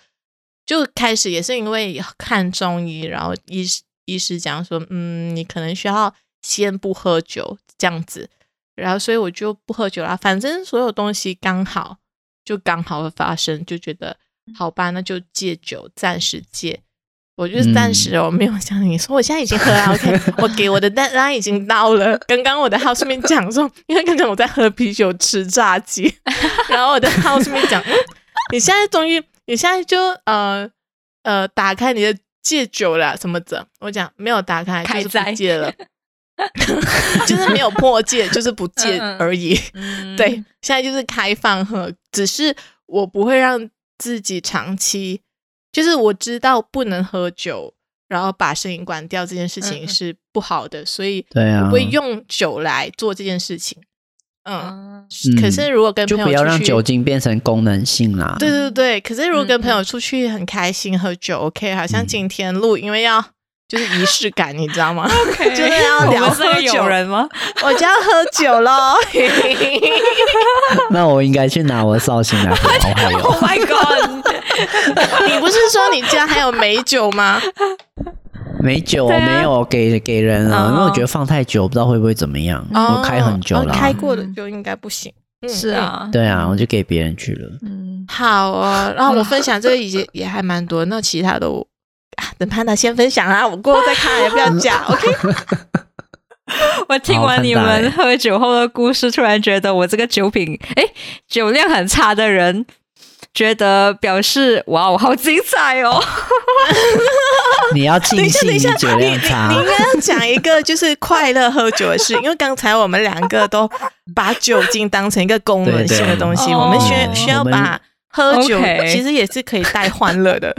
Speaker 2: 就开始也是因为看中医，然后医师医师讲说，嗯，你可能需要先不喝酒这样子，然后所以我就不喝酒啦，反正所有东西刚好就刚好会发生，就觉得
Speaker 1: 嗯
Speaker 2: 好吧，那就戒酒，暂时戒。我就是暂时哦，我没有像你说，我现在已经喝了，OK，我给我的 deadline 已经到了。刚刚我的 house 面讲说，因为刚才我在喝啤酒吃
Speaker 1: *laughs*
Speaker 2: 炸鸡，然后我的 house 面讲，嗯你现在终于，你现在就呃呃打开你的戒酒了什么的，我讲没有打开，就
Speaker 1: 开
Speaker 2: 是不
Speaker 1: 斋
Speaker 2: 戒
Speaker 1: *laughs*
Speaker 2: 了， *laughs* 就是没有破戒，就是不戒
Speaker 1: 嗯嗯
Speaker 2: 而已。
Speaker 1: 嗯
Speaker 2: 对，现在就是开放喝，只是我不会让自己长期，就是我知道不能喝酒，然后把声音关掉这件事
Speaker 1: 嗯
Speaker 2: 情
Speaker 1: 嗯
Speaker 2: 是不好的，所以
Speaker 3: 对
Speaker 2: 我
Speaker 3: 啊
Speaker 2: 不会用酒来做这件事情。嗯，
Speaker 1: 嗯
Speaker 2: 可
Speaker 3: 嗯
Speaker 2: 是如果跟
Speaker 3: 就
Speaker 2: 朋友
Speaker 3: 不要让
Speaker 2: 出去
Speaker 3: 酒精变成功能性啦。
Speaker 2: 对对对，可是如果
Speaker 1: 嗯
Speaker 2: 跟朋友出去很开心喝酒，OK，好像
Speaker 3: 嗯
Speaker 2: 今天录，因为要就是仪式感，你知道
Speaker 3: *laughs*
Speaker 2: 吗？
Speaker 1: ，OK，
Speaker 2: *laughs* 就是要
Speaker 1: 我
Speaker 2: 聊
Speaker 1: 们三
Speaker 2: 喝
Speaker 1: 个
Speaker 2: 酒
Speaker 1: 友人吗？
Speaker 2: 我就要喝酒喽。
Speaker 3: *laughs* 那我应该去拿我的绍兴来喝，好好
Speaker 2: *laughs* 啊
Speaker 3: 用
Speaker 1: Oh my *laughs* god！
Speaker 2: *laughs* 你不是说你家还有美酒吗？
Speaker 3: 美酒我
Speaker 1: 对啊
Speaker 3: 没有给给人了，
Speaker 1: 哦
Speaker 3: 因为我觉得放太久不知道会不会怎么样。
Speaker 2: 嗯哦
Speaker 3: 我开很久
Speaker 2: 哦
Speaker 3: 了，啊
Speaker 2: 开过的就应该不行。嗯
Speaker 1: 是，啊，
Speaker 3: 对啊，我就给别人去
Speaker 2: *laughs*
Speaker 3: 了。
Speaker 1: 嗯，
Speaker 2: 好哦。然后我分享这个 *laughs* 也也还蛮多，那其他的我、啊、等潘达先分享啊，我过后再看要不
Speaker 3: 嗯
Speaker 2: 要加 OK？
Speaker 1: *laughs* 我听完你
Speaker 3: 好看
Speaker 1: 们
Speaker 3: 待
Speaker 1: 喝酒后的故事，突然觉得我这个酒品，哎，酒量很差的人，觉得表示哇，我好精彩
Speaker 2: *laughs*
Speaker 1: 哦！
Speaker 3: 你要庆
Speaker 2: 等一下，
Speaker 3: 幸
Speaker 2: 等一
Speaker 3: 你
Speaker 2: 下，
Speaker 3: 酒
Speaker 2: 你你
Speaker 3: 量
Speaker 2: 你应
Speaker 3: 差， *laughs*
Speaker 2: 该要讲一个就是快乐喝酒的事，因为刚才我们两个都把酒精当成一个功能性的东西，
Speaker 1: 对对
Speaker 2: 我们需
Speaker 1: 哦
Speaker 2: 需要
Speaker 3: 我们
Speaker 2: 把。喝酒
Speaker 1: OK
Speaker 2: 其实也是可以带欢
Speaker 3: *laughs*
Speaker 2: 乐的，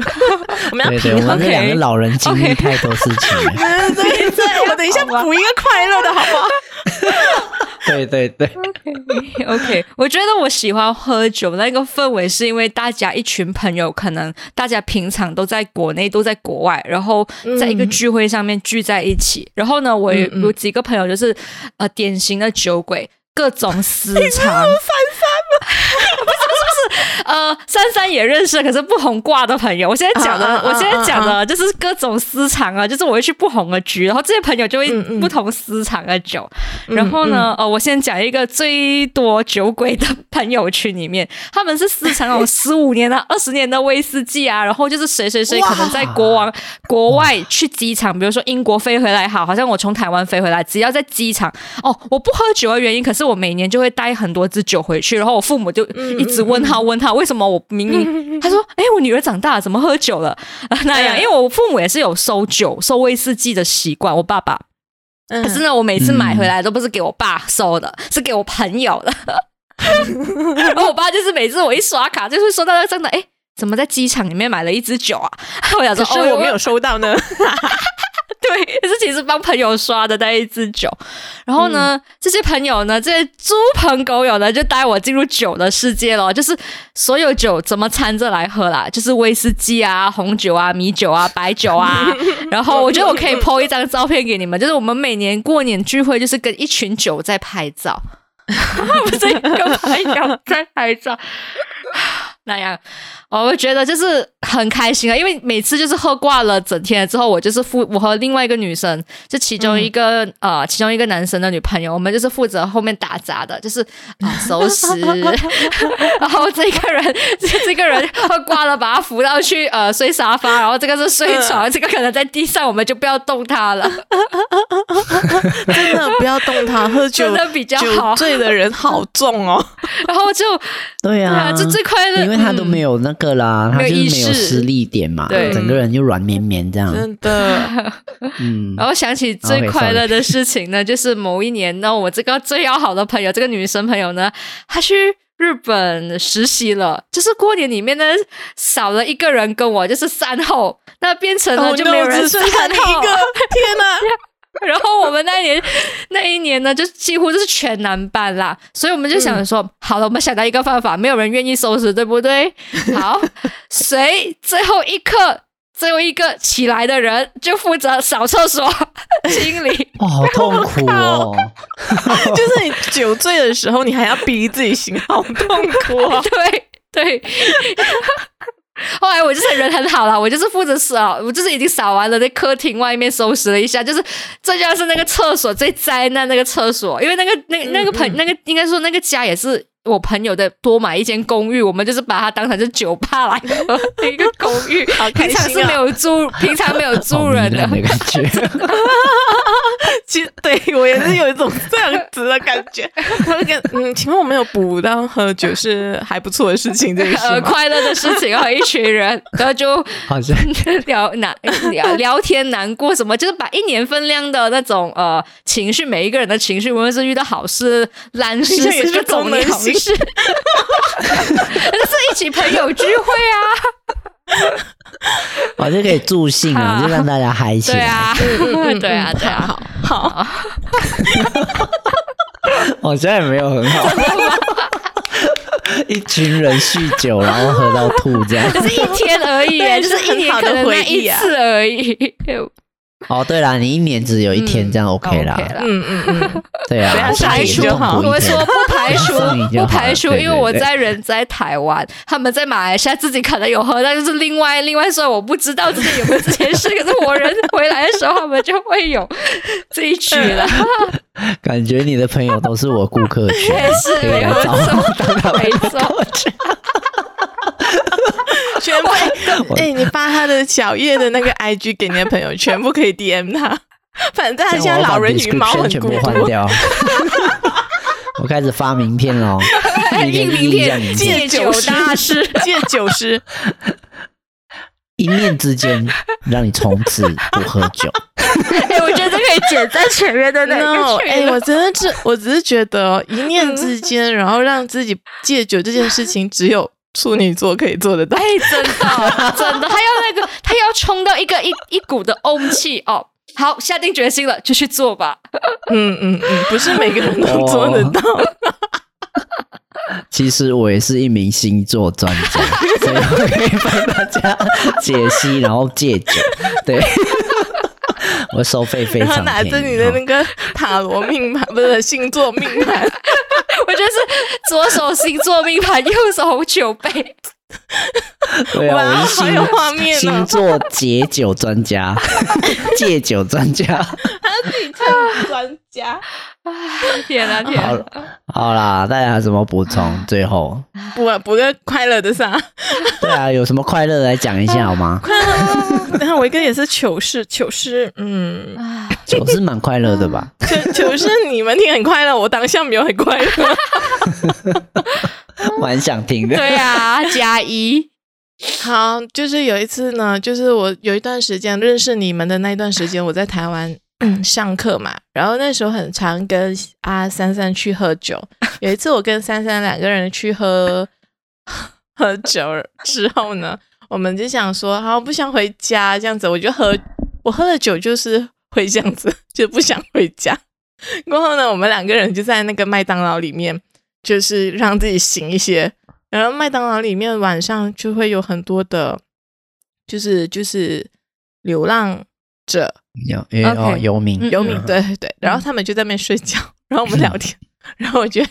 Speaker 1: *laughs*
Speaker 2: 我们要
Speaker 3: 对
Speaker 2: 平
Speaker 3: 对，我
Speaker 2: 衡。
Speaker 3: 们这两个
Speaker 1: OK
Speaker 3: 老人经历太多事情了。
Speaker 2: 对 *laughs* 对对，我等一下补一个快乐的好不好？
Speaker 3: *laughs* 对对
Speaker 1: *laughs*
Speaker 3: 对，
Speaker 1: OK，我觉得我喜欢喝酒那个氛围，是因为大家一群朋友，可能大家平常都在国内，都在国外，然后在一个
Speaker 2: 嗯
Speaker 1: 聚会上面聚在一起。然后呢，我有
Speaker 2: 嗯嗯
Speaker 1: 有几个朋友就是呃典型的酒鬼，各种私 *laughs* 藏。三三吗？不是不是不是，呃，珊珊也认识，可是不红挂的朋友，我现在讲的，
Speaker 2: 啊啊啊
Speaker 1: 我现在讲的就是各种私藏啊，就是我会去不红的局，然后这些朋友就会
Speaker 2: 嗯嗯
Speaker 1: 不同私藏的酒。然后呢，呃，我先讲一个最多酒鬼的朋友圈里面，他们是私藏那种十五年啊、二十年的威士忌啊，然后就是谁谁谁可能在国王国外去机场，比如说英国飞回来，好，好像我从台湾飞回来，只要在机场哦，我不喝酒的原因，可是我每年就会带很多支酒回去，然后我父母就一直问他问他为什么我明明他说，哎，我女儿长大了怎么喝酒了、 *laughs* 啊那样，
Speaker 2: 嗯
Speaker 1: 因为我父母也是有收酒、收威士忌的习惯，我爸爸。
Speaker 2: 嗯
Speaker 1: 可是呢，我每次买回来都不是给我爸收的，是给我朋友
Speaker 2: *laughs*
Speaker 1: 的。然后我爸就是每次我一刷卡，就是收到那真的，哎，怎么在机场里面买了一支酒啊？我想
Speaker 2: 可
Speaker 1: 说，
Speaker 2: 是
Speaker 1: 哦，
Speaker 2: 我没有收到呢。
Speaker 1: *laughs* 对，可是其实帮朋友刷的那一支酒。然后呢，这些朋友呢，这些猪朋狗友呢，就带我进入酒的世界了，就是所有酒怎么掺着来喝啦，就是威士忌啊、红酒啊、米酒啊、白酒 *laughs* 啊。然后我觉得我可以 PO 一张照片给你们，就是我们每年过年聚会，就是跟一群酒在拍 *laughs* 照，不是一个朋友在拍照。 *laughs* 那样，哦我会觉得就是很开心啊，因为每次就是喝挂了整天了之后，我就是负我和另外一个女生，就其中一个、
Speaker 3: 嗯
Speaker 1: 呃，其中一个男生的女朋友，我们就是负责后面打杂的，就是啊、收拾，然后这个人这这个人喝挂了，把他扶到去呃睡沙发，然后这个是睡床，这个可能在地上，我们就不要动他了。
Speaker 2: 真的不要动它，喝酒
Speaker 1: 真的比较好
Speaker 2: 酒醉的人好重哦。
Speaker 1: 然后就
Speaker 3: 对
Speaker 1: 对
Speaker 3: 啊，
Speaker 1: 啊，这最快乐，
Speaker 3: 因为他都
Speaker 1: 嗯
Speaker 3: 没有那个啦，他
Speaker 1: 没有
Speaker 3: 就是
Speaker 1: 意
Speaker 3: 没有
Speaker 1: 识
Speaker 3: 施力点嘛，
Speaker 1: 对
Speaker 3: 整个人就软绵绵这样，
Speaker 2: 真的，
Speaker 1: *laughs*
Speaker 3: 嗯，
Speaker 1: 然后想起最
Speaker 3: OK，sorry
Speaker 1: 快乐的事情呢，就是某一年呢，我这个最要好的朋友，这个女生朋友呢，她去日本实习了，就是过年里面呢少了一个人跟我，就是善后，那变成了
Speaker 2: Oh
Speaker 1: 就
Speaker 2: no，
Speaker 1: 没有人
Speaker 2: 只
Speaker 1: 善
Speaker 2: 剩下你一
Speaker 1: 后
Speaker 2: 个，。天哪！
Speaker 1: *laughs* 然后我们那一年那一年呢，就几乎就是全男班啦，所以我们就想说，好了，我们想到一个办法，没有人愿意收拾，对不对？好，谁最后一刻最后一个起来的人就负责扫厕所、 *laughs* 清理。
Speaker 3: 哦，好痛苦
Speaker 1: *laughs*
Speaker 3: 哦，
Speaker 2: 就是你酒醉的时候，你还要逼自己醒，好痛苦哦。
Speaker 1: *laughs* 对对。后来我就是人很好啦，我就是负责扫，我就是已经扫完了，在客厅外面收拾了一下，就是这就是那个厕所最灾难那个厕所，因为那个那那个朋、
Speaker 2: 嗯
Speaker 1: 那个应该说那个家也是。我朋友的多买一间公寓，我们就是把它当成是酒吧来喝
Speaker 2: *laughs*
Speaker 1: 一个公寓，
Speaker 2: 好开
Speaker 1: 平常
Speaker 2: 心
Speaker 1: 是
Speaker 2: 啊
Speaker 1: 没有住，平常没有
Speaker 3: 好
Speaker 1: 住
Speaker 3: 迷
Speaker 1: 人的
Speaker 3: 人，
Speaker 2: *laughs*
Speaker 3: 的感觉。
Speaker 2: 其实对我也是有一种这样子的感
Speaker 1: *laughs*
Speaker 2: 觉。他就跟嗯，请问我们有补到喝酒是还不错的事情，这个
Speaker 1: 呃，
Speaker 2: 是吗？
Speaker 1: 快乐的事情和一群人，然后就
Speaker 3: *laughs* 好像
Speaker 1: *laughs* 聊难
Speaker 2: *laughs*
Speaker 1: 聊聊天难过什么，就是把一年分量的那种呃情绪，每一个人的情绪，无论是遇到好事、烂事，
Speaker 2: 这也是
Speaker 1: 各种
Speaker 2: 功能
Speaker 1: 鸟
Speaker 2: 性
Speaker 1: 事， *laughs* 就是一起朋友聚会
Speaker 2: *laughs*
Speaker 1: 啊，
Speaker 3: 我就可以助兴啊，
Speaker 1: *laughs* 好
Speaker 3: 就让大家嗨起
Speaker 1: 对
Speaker 3: 来。
Speaker 1: 啊，
Speaker 2: 嗯
Speaker 1: 对啊，对啊，
Speaker 2: 好好，
Speaker 3: 我现在也没有很好， *laughs* 一群人酗酒，然后喝到吐
Speaker 1: *laughs*
Speaker 3: 这样。
Speaker 1: 可是一天而已耶，
Speaker 2: *laughs* 对
Speaker 1: 就是一
Speaker 2: 是很
Speaker 1: 年
Speaker 2: 好
Speaker 1: 可
Speaker 2: 的
Speaker 1: 能那
Speaker 2: 回
Speaker 1: 一
Speaker 2: 忆啊
Speaker 1: 次而已。 *laughs*
Speaker 3: 哦，对啦，你一年只有一天，
Speaker 1: 嗯
Speaker 3: 这样 OK 啦。
Speaker 1: OK 啦
Speaker 2: 嗯嗯
Speaker 1: *laughs*
Speaker 2: 嗯，
Speaker 3: 对啊，
Speaker 2: 不要
Speaker 3: 我上
Speaker 2: 下
Speaker 3: 次
Speaker 2: 一
Speaker 3: 也
Speaker 2: 句
Speaker 3: 是
Speaker 2: 就好
Speaker 3: 痛苦
Speaker 1: 我
Speaker 3: 一天
Speaker 1: 说不排除
Speaker 3: 上瘾，就好
Speaker 1: 不排除，
Speaker 3: 了对对
Speaker 1: 因为我
Speaker 3: 对
Speaker 1: 在人在台湾，他们在马来西亚自己可能有喝，但就是另外另外说我不知道自己有没有这件事，可是我人回来的时候，他们就会有这一曲了，
Speaker 3: 感觉你的朋友都是我顾客
Speaker 2: *laughs*
Speaker 3: 群，
Speaker 1: 也是
Speaker 3: 对
Speaker 1: 没有
Speaker 3: 我找
Speaker 1: 错，没错，
Speaker 3: *laughs*
Speaker 2: 全部哎、你发他的小叶的那个 IG 给你的朋友，全部可以 DM 他。反正他现
Speaker 3: 这样我
Speaker 2: 在
Speaker 3: 要把
Speaker 2: 老人与猫
Speaker 3: description
Speaker 2: 很
Speaker 3: 全
Speaker 2: 孤
Speaker 3: 部换
Speaker 2: 独，
Speaker 3: 掉。 *laughs* 我开始发名片
Speaker 2: *laughs*
Speaker 3: 喽，一
Speaker 1: 印
Speaker 3: 人
Speaker 1: 名
Speaker 3: 一样
Speaker 1: 片
Speaker 3: 名
Speaker 1: 戒
Speaker 3: 片，
Speaker 1: 酒大师。
Speaker 2: 戒酒师，
Speaker 3: 一念之间让你从此不喝
Speaker 2: *laughs*
Speaker 3: 酒。
Speaker 1: 哎，我觉得可以剪在前面 *laughs* 的那嗯
Speaker 2: no，
Speaker 1: 个去
Speaker 2: 哎、
Speaker 1: 了
Speaker 2: 我真的是，我只是觉得哦、一念之间，然后让自己戒酒这件事情，只有处女座可以做得到
Speaker 1: 哎。，真的，真的，他要那个，他要冲到一个一一股的怄气哦。好，下定决心了，就去做吧。
Speaker 2: 嗯嗯嗯，不是每个人
Speaker 3: 哦
Speaker 2: 都做得到。
Speaker 3: 其实我也是一名星座专
Speaker 2: *laughs*
Speaker 3: 家，所以我可以帮大家解析，然后戒酒。对， *laughs* 我 *laughs* 收费非
Speaker 2: 然后
Speaker 3: 常
Speaker 2: 拿着
Speaker 3: 便
Speaker 2: 你
Speaker 3: 宜
Speaker 2: 的
Speaker 3: 哦。
Speaker 2: 那个塔罗命盘，不是星座命盘，
Speaker 1: 我觉得是左手星座命盘，右手酒杯。
Speaker 3: 对
Speaker 2: 哇，
Speaker 3: 啊，我是
Speaker 2: 好
Speaker 3: 星
Speaker 2: 有画面
Speaker 3: 星
Speaker 2: 哦！
Speaker 3: 座解酒专家， *laughs* 戒酒专家。
Speaker 2: 专家
Speaker 1: 天啊天
Speaker 3: 好
Speaker 1: *laughs* 啊！
Speaker 3: 了，好啦，大家有什么补充？最
Speaker 1: *laughs*
Speaker 3: 后，
Speaker 2: 补补个快乐的啥？
Speaker 3: 对啊，有什么快乐的来讲一下好
Speaker 1: *laughs*
Speaker 3: 吗？
Speaker 2: *laughs* 然后我一个也是糗事，糗事，嗯，
Speaker 3: 酒是蛮快乐的吧？
Speaker 2: 糗糗事你们听很快乐，我当下没有很快乐。
Speaker 3: *laughs* 蛮想听的。
Speaker 1: 嗯对啊，加一。
Speaker 2: 好，就是有一次呢，就是我有一段时间认识你们的那一段时间，我在台湾。嗯上课嘛，然后那时候很常跟阿珊珊去喝酒。有一次我跟珊珊两个人去喝 *laughs* 喝酒之后呢，我们就想说，好不想回家这样子，我就喝我喝了酒就是会这样子，就不想回家。过后呢，我们两个人就在那个麦当劳里面，就是让自己醒一些，然后麦当劳里面晚上就会有很多的，就是就是流浪者、
Speaker 3: 有因为哦，
Speaker 1: OK
Speaker 3: 游民，
Speaker 1: 嗯
Speaker 2: 游民
Speaker 3: 嗯，
Speaker 2: 对对对，然后他们就在那边睡觉，然后我们聊天，然后我就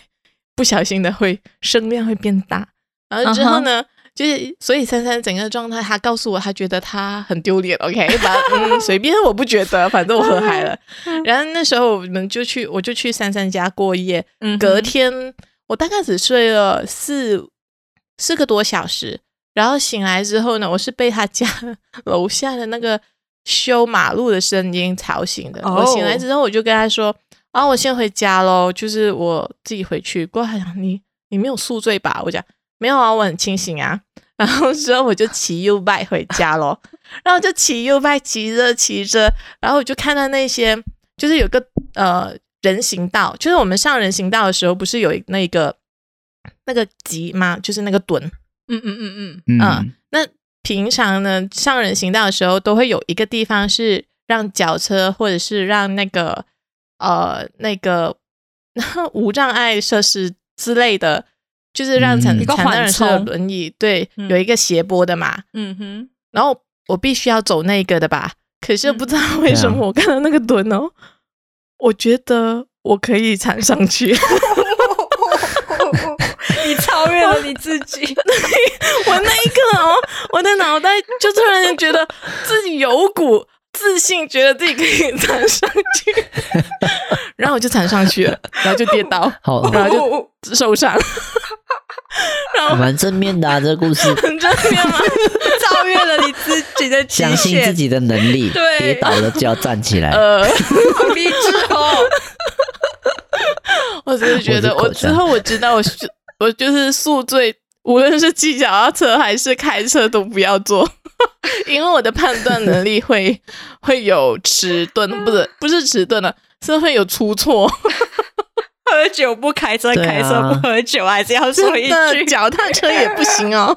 Speaker 2: 不小心的会声量会变大，然后之后
Speaker 1: 嗯
Speaker 2: 呢就是所以珊珊整个状态，她告诉我她觉得她很丢脸，OK，把嗯随便我不觉得，反正我喝嗨了。
Speaker 1: 嗯
Speaker 2: *laughs* 然后那时候我们就去，我就去珊珊家过夜，
Speaker 1: 嗯哼
Speaker 2: 隔天我大概只睡了四四个多小时，然后醒来之后呢，我是被他家 *laughs* 楼下的那个修马路的声音吵醒的。
Speaker 1: 哦
Speaker 2: 我醒来之后，我就跟他说：“啊，我先回家喽，就是我自己回去。”过后他讲：“你你没有宿醉吧？”我讲：“没有啊，我很清醒啊。”然后之后我就骑 U bike 回家喽，然后就骑 U bike 骑着骑着，然后我就看到那些就是有个呃人行道，就是我们上人行道的时候，不是有一那个那个级吗？就是那个墩，
Speaker 1: 嗯嗯嗯
Speaker 3: 嗯
Speaker 2: 嗯，那平常呢，上人行道的时候，都会有一个地方是让脚车或者是让那个呃那个 *laughs* 无障碍设施之类的，就是让残
Speaker 3: 嗯一
Speaker 1: 个
Speaker 2: 残障人士的
Speaker 1: 缓冲
Speaker 2: 轮椅对
Speaker 1: 嗯
Speaker 2: 有一个斜坡的嘛，
Speaker 1: 嗯嗯哼，
Speaker 2: 然后我必须要走那个的吧。可是
Speaker 1: 嗯
Speaker 2: 不知道为什
Speaker 3: 对
Speaker 2: 么，我看到那个墩哦，我觉得我可以缠上去。
Speaker 1: 你超越了你自己。
Speaker 2: 我那一刻哦，我的脑袋就突然间觉得自己有股自信，觉得自己可以弹上去， *laughs* 然后我就弹上去了，然后就跌倒，
Speaker 1: *laughs*
Speaker 3: 好，
Speaker 2: 然后就受伤， *laughs* 然后，
Speaker 3: 蛮正面的啊，这个
Speaker 1: *laughs*
Speaker 3: 故事
Speaker 2: 很正面
Speaker 3: *laughs*
Speaker 2: 嘛，
Speaker 1: 超越了你自己的极
Speaker 3: 相信自
Speaker 1: 限，
Speaker 3: 己的能力，
Speaker 1: 对
Speaker 3: 跌倒了就要站起
Speaker 1: *laughs*
Speaker 3: 来。
Speaker 2: 呃，
Speaker 1: 好励志哦！
Speaker 2: 我只是觉得
Speaker 3: 我是口
Speaker 2: 我之
Speaker 3: 罩
Speaker 2: 后我知道我是我就是宿醉，无论是骑脚踏车还是开车都不要做。 *laughs* 因为我的判断能力会会有迟钝，不是不是迟钝了，是会有出错。
Speaker 1: 喝酒不开车，
Speaker 3: 对啊
Speaker 1: 开车不喝酒，还是要说一
Speaker 2: 真的
Speaker 1: 句。
Speaker 2: 脚踏车也不行哦。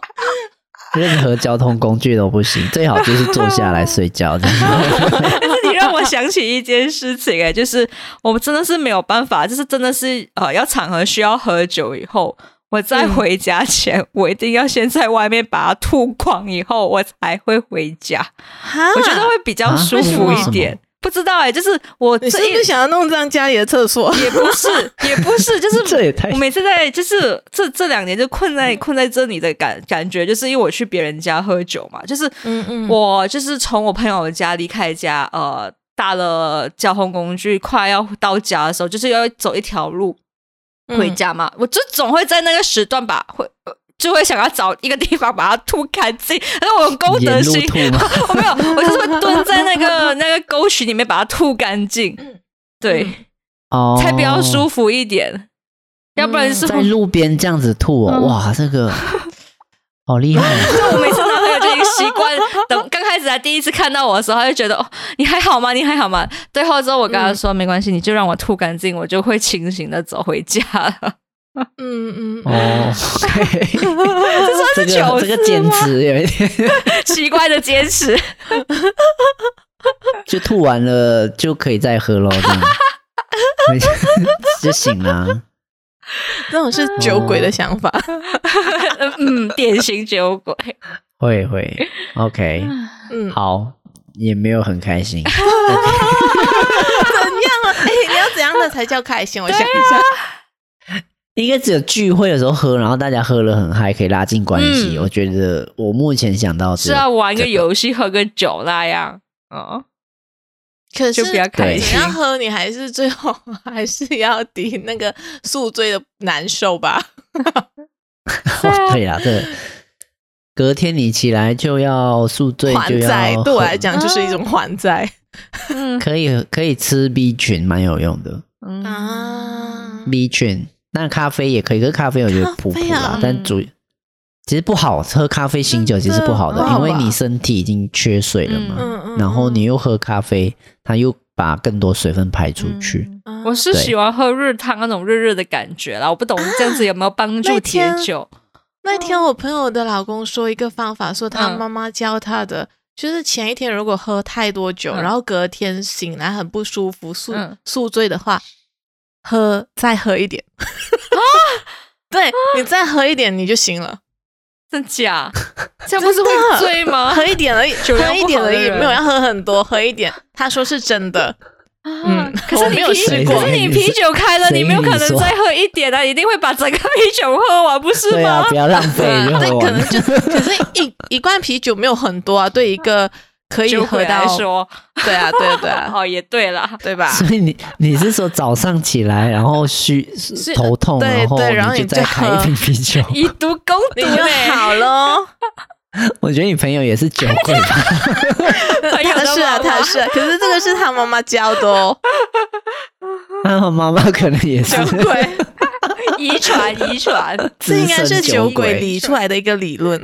Speaker 3: 任何交通工具都不行，最好就是坐下来睡
Speaker 1: *laughs*
Speaker 3: 觉。这
Speaker 1: 啊
Speaker 3: 样
Speaker 1: 但是你让我想起一件事情、哎，就是我们真的是没有办法，就是真的是呃，要场合需要喝酒以后，我在
Speaker 2: 嗯
Speaker 1: 回家前，我一定要先在外面把它吐光，以后我才会回家。我觉得会比较
Speaker 3: 啊
Speaker 1: 舒
Speaker 3: 为什
Speaker 1: 服
Speaker 3: 么
Speaker 1: 一点。不知道哎、就是我这
Speaker 2: 你
Speaker 1: 一
Speaker 2: 是不是想要弄脏家里的厕所？
Speaker 1: 也不
Speaker 3: *laughs*
Speaker 1: 是，也不是，就
Speaker 3: 这也
Speaker 1: 是
Speaker 3: 太嗯
Speaker 1: 我每次在就是这这两年就困在困在这里的感感觉，就是因为我去别人家喝酒嘛，就是
Speaker 2: 嗯嗯
Speaker 1: 我就是从我朋友家离开家，呃，搭了交通工具快要到家的时候，就是要走一条路嗯回家
Speaker 3: 嗯
Speaker 1: 嘛，我就总会在那个时段吧，会。呃就会想要找一个地方把它吐干净，但是我有公德
Speaker 3: 沿路
Speaker 1: 心，
Speaker 3: 吐吗？
Speaker 1: *laughs* 我没有，我就是会蹲在那
Speaker 3: *laughs*
Speaker 1: 个那个沟渠里面把它吐干净，
Speaker 3: 嗯
Speaker 1: 对，
Speaker 3: 哦，嗯
Speaker 1: 才比较舒服一点。要不然是 *laughs*
Speaker 3: 在路边这样子吐
Speaker 1: 嗯
Speaker 3: 哦，哇，这个好厉害啊！
Speaker 1: 我每次都会有这个习
Speaker 3: *laughs*
Speaker 1: 惯。等刚开始他第一次看到我的时候，他就觉得哦，你还好吗？你还好吗？最后之后我跟他说、没关系，你就让我吐干净，我就会清醒的走回家了。
Speaker 2: 嗯嗯嗯，
Speaker 3: 哦， *laughs*
Speaker 1: *laughs*
Speaker 3: 这
Speaker 1: 这算是糗
Speaker 3: 个
Speaker 1: 事
Speaker 3: 这个兼职有一点，
Speaker 1: 奇怪的坚持， *laughs*
Speaker 3: 就吐完了就可以再喝咯，这样就醒了啊。
Speaker 2: 这种是酒鬼的想法。 *laughs*
Speaker 1: 嗯，典型酒
Speaker 3: *laughs*
Speaker 1: 鬼。
Speaker 3: 会会，OK，
Speaker 2: 嗯，
Speaker 3: 好，也没有很开心。
Speaker 2: 怎样啊？哎，你要怎样的才叫开心？我想一下，
Speaker 3: 应该只有聚会的时候喝，然后大家喝了很嗨，可以拉近关系。
Speaker 1: 嗯
Speaker 3: 我觉得我目前想到只
Speaker 1: 是
Speaker 3: 有
Speaker 1: 要玩个
Speaker 3: 这
Speaker 1: 游戏、喝个酒那样，哦，
Speaker 2: 可是
Speaker 1: 就比较开
Speaker 2: 你
Speaker 1: 心。
Speaker 2: 要喝，你还是最后 *laughs* 还是要抵那个宿醉的难受
Speaker 3: *laughs*
Speaker 2: 吧？啊
Speaker 3: 哦， *laughs* 对啦，对。隔天你起来就要宿醉，就
Speaker 2: 还债
Speaker 3: 要
Speaker 2: 对我
Speaker 3: 喝
Speaker 2: 来讲就是一种还债
Speaker 1: 嗯
Speaker 3: 可以可以吃 B 群，蛮有用的。
Speaker 2: 啊。
Speaker 3: B 群，那咖啡也可以，可是咖啡我觉得普普
Speaker 2: 咖啡
Speaker 3: 啦
Speaker 2: 啊，
Speaker 3: 但主其实不好喝咖啡醒酒，其实不好的
Speaker 2: 真，的
Speaker 3: 因为你身体已经缺水了嘛，
Speaker 2: 嗯嗯，
Speaker 3: 然后你
Speaker 2: 嗯
Speaker 3: 又喝咖啡，它又把更多水分排出去。
Speaker 2: 啊
Speaker 1: 我是
Speaker 3: 对
Speaker 1: 喜欢喝日汤那种热热的感觉啦，我不懂这样子有没有帮助
Speaker 2: 那
Speaker 1: 解
Speaker 2: 天
Speaker 1: 酒。
Speaker 2: 那天我朋友的老公说一个方法，说他
Speaker 1: 嗯
Speaker 2: 妈妈教他的，就是前一天如果喝太多酒，
Speaker 1: 嗯
Speaker 2: 然后隔天醒来很不舒服、宿、
Speaker 1: 嗯
Speaker 2: 宿醉的话，喝再喝一点。 *laughs* 对你再喝一点你就行了，
Speaker 1: 真 *laughs* 假？这样不是会
Speaker 2: 真的
Speaker 1: 醉 *laughs* 吗？
Speaker 2: 啊喝一点而已，
Speaker 1: 酒量
Speaker 2: 喝一
Speaker 1: 不
Speaker 2: 点
Speaker 1: 好
Speaker 2: 而
Speaker 1: 的
Speaker 2: 已，
Speaker 1: 人
Speaker 2: 没有要喝很多，喝一点。他说是真的，
Speaker 1: 啊
Speaker 2: 嗯
Speaker 1: 可是
Speaker 2: 我
Speaker 1: 你
Speaker 2: 没有
Speaker 1: 啤
Speaker 2: 试
Speaker 3: 过
Speaker 1: 可是你啤酒开了，
Speaker 3: 谁
Speaker 1: 你没有可
Speaker 3: 谁
Speaker 1: 能
Speaker 3: 说
Speaker 1: 再喝一点啊，一定会把整个啤酒喝完，不是
Speaker 3: 对啊
Speaker 1: 吗，？
Speaker 3: 不要浪费，就
Speaker 2: 对
Speaker 3: 喝，
Speaker 2: 可 *laughs*
Speaker 3: 完
Speaker 2: 能
Speaker 3: 了。
Speaker 2: 就
Speaker 1: *laughs*
Speaker 2: 可是一一罐啤酒没有很多啊，对一个可以
Speaker 1: 酒
Speaker 2: 喝
Speaker 1: 鬼来
Speaker 2: 到，
Speaker 1: 说，
Speaker 2: *laughs* 对啊，对啊，对啊，
Speaker 1: 哦，也 *laughs* 对
Speaker 3: *laughs*
Speaker 1: 啦，
Speaker 2: 对吧？
Speaker 3: 所以你你是说早上起来，然后虚头痛，
Speaker 2: 对
Speaker 3: 然后
Speaker 2: 对然后
Speaker 3: 你
Speaker 2: 你
Speaker 3: 就再
Speaker 2: 就
Speaker 3: 开一
Speaker 2: 喝
Speaker 3: 瓶啤
Speaker 2: *laughs*
Speaker 3: 酒？
Speaker 1: 以毒攻毒
Speaker 2: 你就
Speaker 1: 嘞，
Speaker 2: 好喽。
Speaker 3: 我觉得你朋友也是酒鬼
Speaker 2: *laughs*
Speaker 3: 吧？
Speaker 1: 朋友
Speaker 2: 他
Speaker 1: 的
Speaker 2: 是啊，
Speaker 1: 妈妈
Speaker 2: 他是啊，可是这个是他妈妈教的哦。
Speaker 3: 然后啊妈妈可能也是
Speaker 2: 酒鬼，
Speaker 1: 遗传遗
Speaker 3: *laughs*
Speaker 1: 传，
Speaker 2: *laughs* 这应该
Speaker 3: 资深
Speaker 2: 是酒
Speaker 3: 鬼
Speaker 2: 鬼理出来的一个理论。。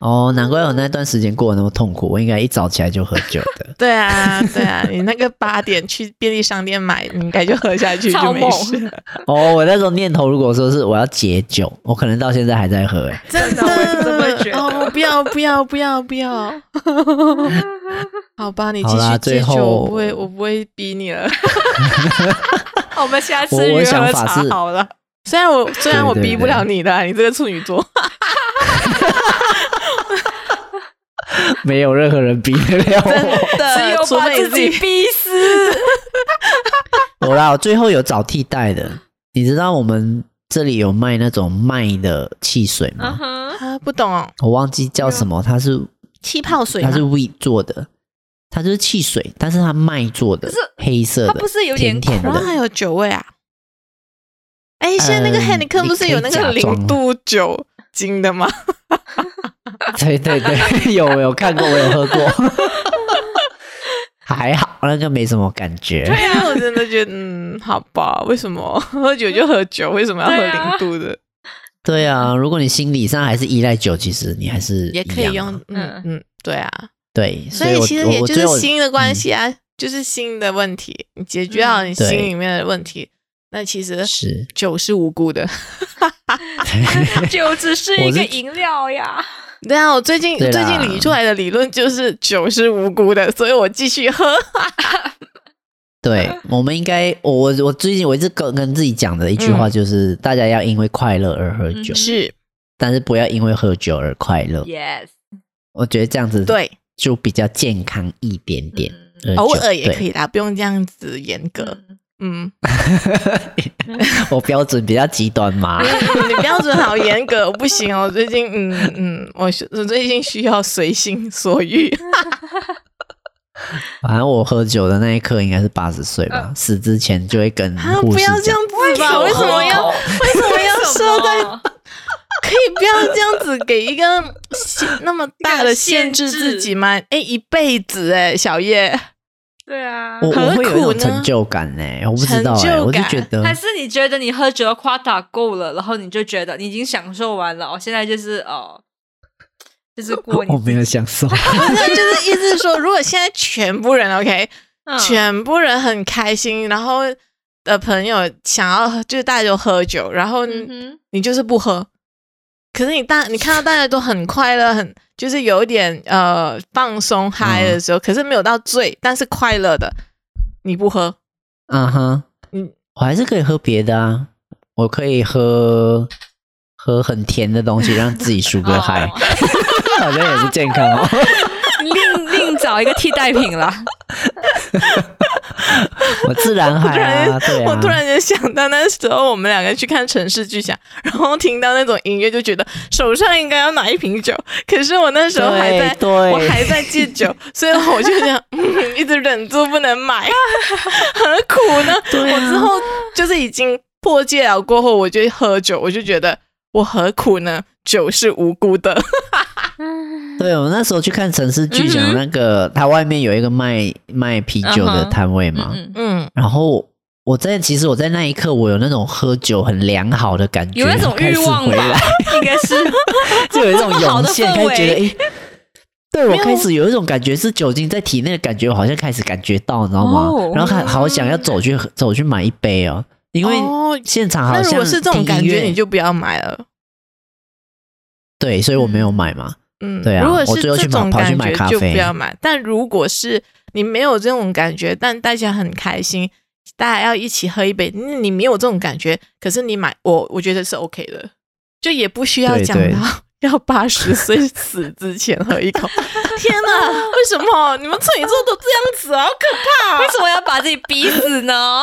Speaker 3: 哦，难怪我那段时间过得那么痛苦，我应该一早起来就喝酒的
Speaker 2: *laughs* 对啊，对啊，你那个八点去便利商店买，你应该就喝下去
Speaker 1: 超
Speaker 2: 就没
Speaker 1: 猛
Speaker 2: 事了。
Speaker 3: 哦，我那时候念头如果说是我要解酒，我可能到现在还在喝、欸。
Speaker 2: 真
Speaker 1: 的我也这么觉得
Speaker 2: 哦，不要不要不要不 *laughs* 要。好吧，你继
Speaker 3: 好啦
Speaker 2: 续
Speaker 3: 最
Speaker 2: 戒
Speaker 3: 后
Speaker 2: 酒，我不会我不会逼你了。
Speaker 1: 我们下次
Speaker 3: 我我
Speaker 1: 约
Speaker 3: 想
Speaker 1: 喝
Speaker 3: 法
Speaker 1: 茶
Speaker 3: 啊是
Speaker 1: 好了。
Speaker 2: 虽然我虽然我
Speaker 3: 对对
Speaker 2: 逼不了你的啊，你这个处女座。
Speaker 3: 没有任何人比得了我。
Speaker 1: 只
Speaker 2: 的
Speaker 1: 有
Speaker 2: 除
Speaker 1: 把
Speaker 2: 非你
Speaker 1: 自己
Speaker 2: 己
Speaker 1: 逼死。
Speaker 3: 我啦，我最后有找替代的。你知道我们这里有卖那种麦的汽水吗？
Speaker 1: 嗯 *laughs* 哼，
Speaker 2: 啊，不懂哦
Speaker 3: 我忘记叫什么，它是
Speaker 2: 气泡水
Speaker 3: 它
Speaker 2: 吗
Speaker 3: 是 wheat 做的，它就是汽水，但是它麦做的，黑色
Speaker 1: 它
Speaker 3: 的，
Speaker 1: 不是有点
Speaker 3: 甜甜
Speaker 2: 然后还
Speaker 3: 的。
Speaker 2: 有酒味啊！哎，现在那个
Speaker 3: 嗯
Speaker 2: h e n n i k
Speaker 3: 你
Speaker 2: 不是
Speaker 3: 可以
Speaker 2: 有那
Speaker 3: 假
Speaker 2: 个
Speaker 3: 装啊
Speaker 2: 零度酒精的吗？
Speaker 3: *laughs* 对对对，有我有看过，我有喝过， *laughs* 还好那个没什么感觉。
Speaker 2: *laughs* 对啊，我真的觉得，嗯，好吧，为什么喝酒就喝酒，为什么要喝
Speaker 1: 对啊
Speaker 2: 零度的？
Speaker 3: 对啊，如果你心理上还是依赖酒，其实你还是
Speaker 2: 也可
Speaker 3: 一
Speaker 2: 以
Speaker 3: 样啊
Speaker 2: 用，嗯嗯，对啊，
Speaker 3: 对，
Speaker 2: 所
Speaker 3: 以
Speaker 2: 以
Speaker 3: 我
Speaker 2: 其实
Speaker 3: 我
Speaker 2: 也
Speaker 3: 我
Speaker 2: 就
Speaker 3: 最
Speaker 2: 是
Speaker 3: 后 *laughs*
Speaker 2: 心的关
Speaker 3: 嗯
Speaker 2: 系啊，就是心的问题，你解决好你心
Speaker 3: 对
Speaker 2: 里面的问题，那其实 *laughs*
Speaker 3: 是，
Speaker 2: 酒嗯是无辜的。
Speaker 1: 酒只是
Speaker 3: 我
Speaker 1: 一
Speaker 3: 是
Speaker 1: 个饮料呀。
Speaker 2: 对啊，我最近
Speaker 3: 对
Speaker 2: 最
Speaker 3: 啦
Speaker 2: 近理出来的理论就是酒是无辜的，所以我继续喝。
Speaker 3: 对，我们应该，我我我最近我一直跟跟自己讲的一句
Speaker 2: 嗯
Speaker 3: 话就是，大家要因为快乐而喝酒，
Speaker 1: 嗯
Speaker 2: 是
Speaker 3: 但是不要因为喝酒而快乐。
Speaker 1: Yes，
Speaker 3: 我觉得这样子
Speaker 2: 对，嗯
Speaker 3: 就比较健康一点点。喝酒
Speaker 2: 偶尔也可
Speaker 3: 以，
Speaker 2: 以啦，不用这样子严格。嗯，
Speaker 3: *laughs* 我标准比较极端
Speaker 2: *laughs*
Speaker 3: 嘛。
Speaker 2: 嗯你标准好严格，我不行哦。我最近，嗯嗯，我需我最近需要随心所欲。
Speaker 3: 反正我喝酒的那一刻应该是八十岁吧，死之前就会跟
Speaker 2: 嗯啊，
Speaker 3: 护
Speaker 2: 不
Speaker 3: 士
Speaker 2: 要这
Speaker 3: 讲
Speaker 2: 样，子吧？为什么要？为什么要设在？可以不要这样子给一个限那么大的限制自己吗？哎，一辈子哎，小 *laughs* 叶，
Speaker 1: 对啊
Speaker 3: 我我会有一
Speaker 2: 何
Speaker 3: 种
Speaker 2: 苦呢
Speaker 3: 成就感呢、我不知道哎、
Speaker 2: 成就
Speaker 3: 我就
Speaker 2: 感
Speaker 3: 觉得
Speaker 1: 还是你觉得你喝酒的夸打够了，然后你就觉得你已经享受完了，哦，现在就是哦，就是过你
Speaker 3: *laughs* 我没有
Speaker 1: *laughs*
Speaker 3: 享受。
Speaker 2: 那就是意思是说，如果现在全部人 OK，
Speaker 1: 嗯
Speaker 2: 全部人很开心，然后的朋友想要喝就是大家就喝酒，然后
Speaker 1: 嗯哼
Speaker 2: 你就是不喝，可是你大你看到大家都很快乐，很就是有一点呃放松嗨的时候，可是没有到醉，但是快乐的，你不喝，
Speaker 3: 嗯哼，
Speaker 2: 嗯
Speaker 3: 我还是可以喝别的啊，我可以喝喝很甜的东西，让自己舒个嗨，
Speaker 1: 哦
Speaker 3: 好像也是
Speaker 1: *laughs*
Speaker 3: 健康哦。 *laughs*
Speaker 1: 另另找一个替代品啦。
Speaker 3: 我自然海啊，对啊，
Speaker 2: 我突然间想到那时候我们两个去看城市巨响，然后听到那种音乐就觉得手上应该要拿一瓶酒，可是我那时候还在，
Speaker 3: 对对
Speaker 2: 我还在戒酒，所以我就
Speaker 3: *laughs*
Speaker 2: 这样、嗯、一直忍住不能买，何苦呢？
Speaker 3: 啊
Speaker 2: 我之后就是已经破戒了，过后我就喝酒，我就觉得我何苦呢？酒是无辜的，
Speaker 3: 对我那时候去看城市巨
Speaker 1: 嗯
Speaker 3: 响，那个它外面有一个卖卖啤酒的摊位嘛，
Speaker 1: 嗯嗯，
Speaker 2: 嗯，
Speaker 3: 然后我在其实我在那一刻，我有那种喝酒很良好的感觉，
Speaker 1: 有那种欲望
Speaker 3: 然后开始回
Speaker 1: 吧
Speaker 3: 来，
Speaker 1: 应该是
Speaker 3: 就有一种涌现，
Speaker 1: 好的氛
Speaker 3: 开始
Speaker 1: 围
Speaker 3: 觉得诶。对我开始有一种感觉是酒精在体内的感觉，我好像开始感觉到，你知道吗？
Speaker 1: 哦
Speaker 3: 然后还好想要走去喝走去买一杯哦，因为
Speaker 2: 哦
Speaker 3: 现场好
Speaker 2: 那
Speaker 3: 像
Speaker 2: 如果是这种
Speaker 3: 听
Speaker 2: 感
Speaker 3: 音乐
Speaker 2: 觉，你就不要买了。
Speaker 3: 对，所以我没有买嘛。
Speaker 2: 嗯，
Speaker 3: 对啊
Speaker 2: 如果
Speaker 3: 我
Speaker 2: 是
Speaker 3: 最后
Speaker 2: 这
Speaker 3: 去买
Speaker 2: 种
Speaker 3: 跑去
Speaker 2: 感
Speaker 3: 买
Speaker 2: 觉
Speaker 3: 咖
Speaker 2: 就不
Speaker 3: 啡
Speaker 2: 要买，但如果是你没有这种感觉，但大家很开心，大家要一起喝一杯，那你没有这种感觉，可是你买我，我觉得是 OK 的，就也不需要
Speaker 3: 对
Speaker 2: 讲
Speaker 3: 对
Speaker 2: 到 *laughs* 要八十岁死之前喝一
Speaker 3: *laughs*
Speaker 2: 口。 *laughs* 天哪，为什么你们处女座都这样子啊？好可怕、
Speaker 1: 为什么要把自己逼死呢？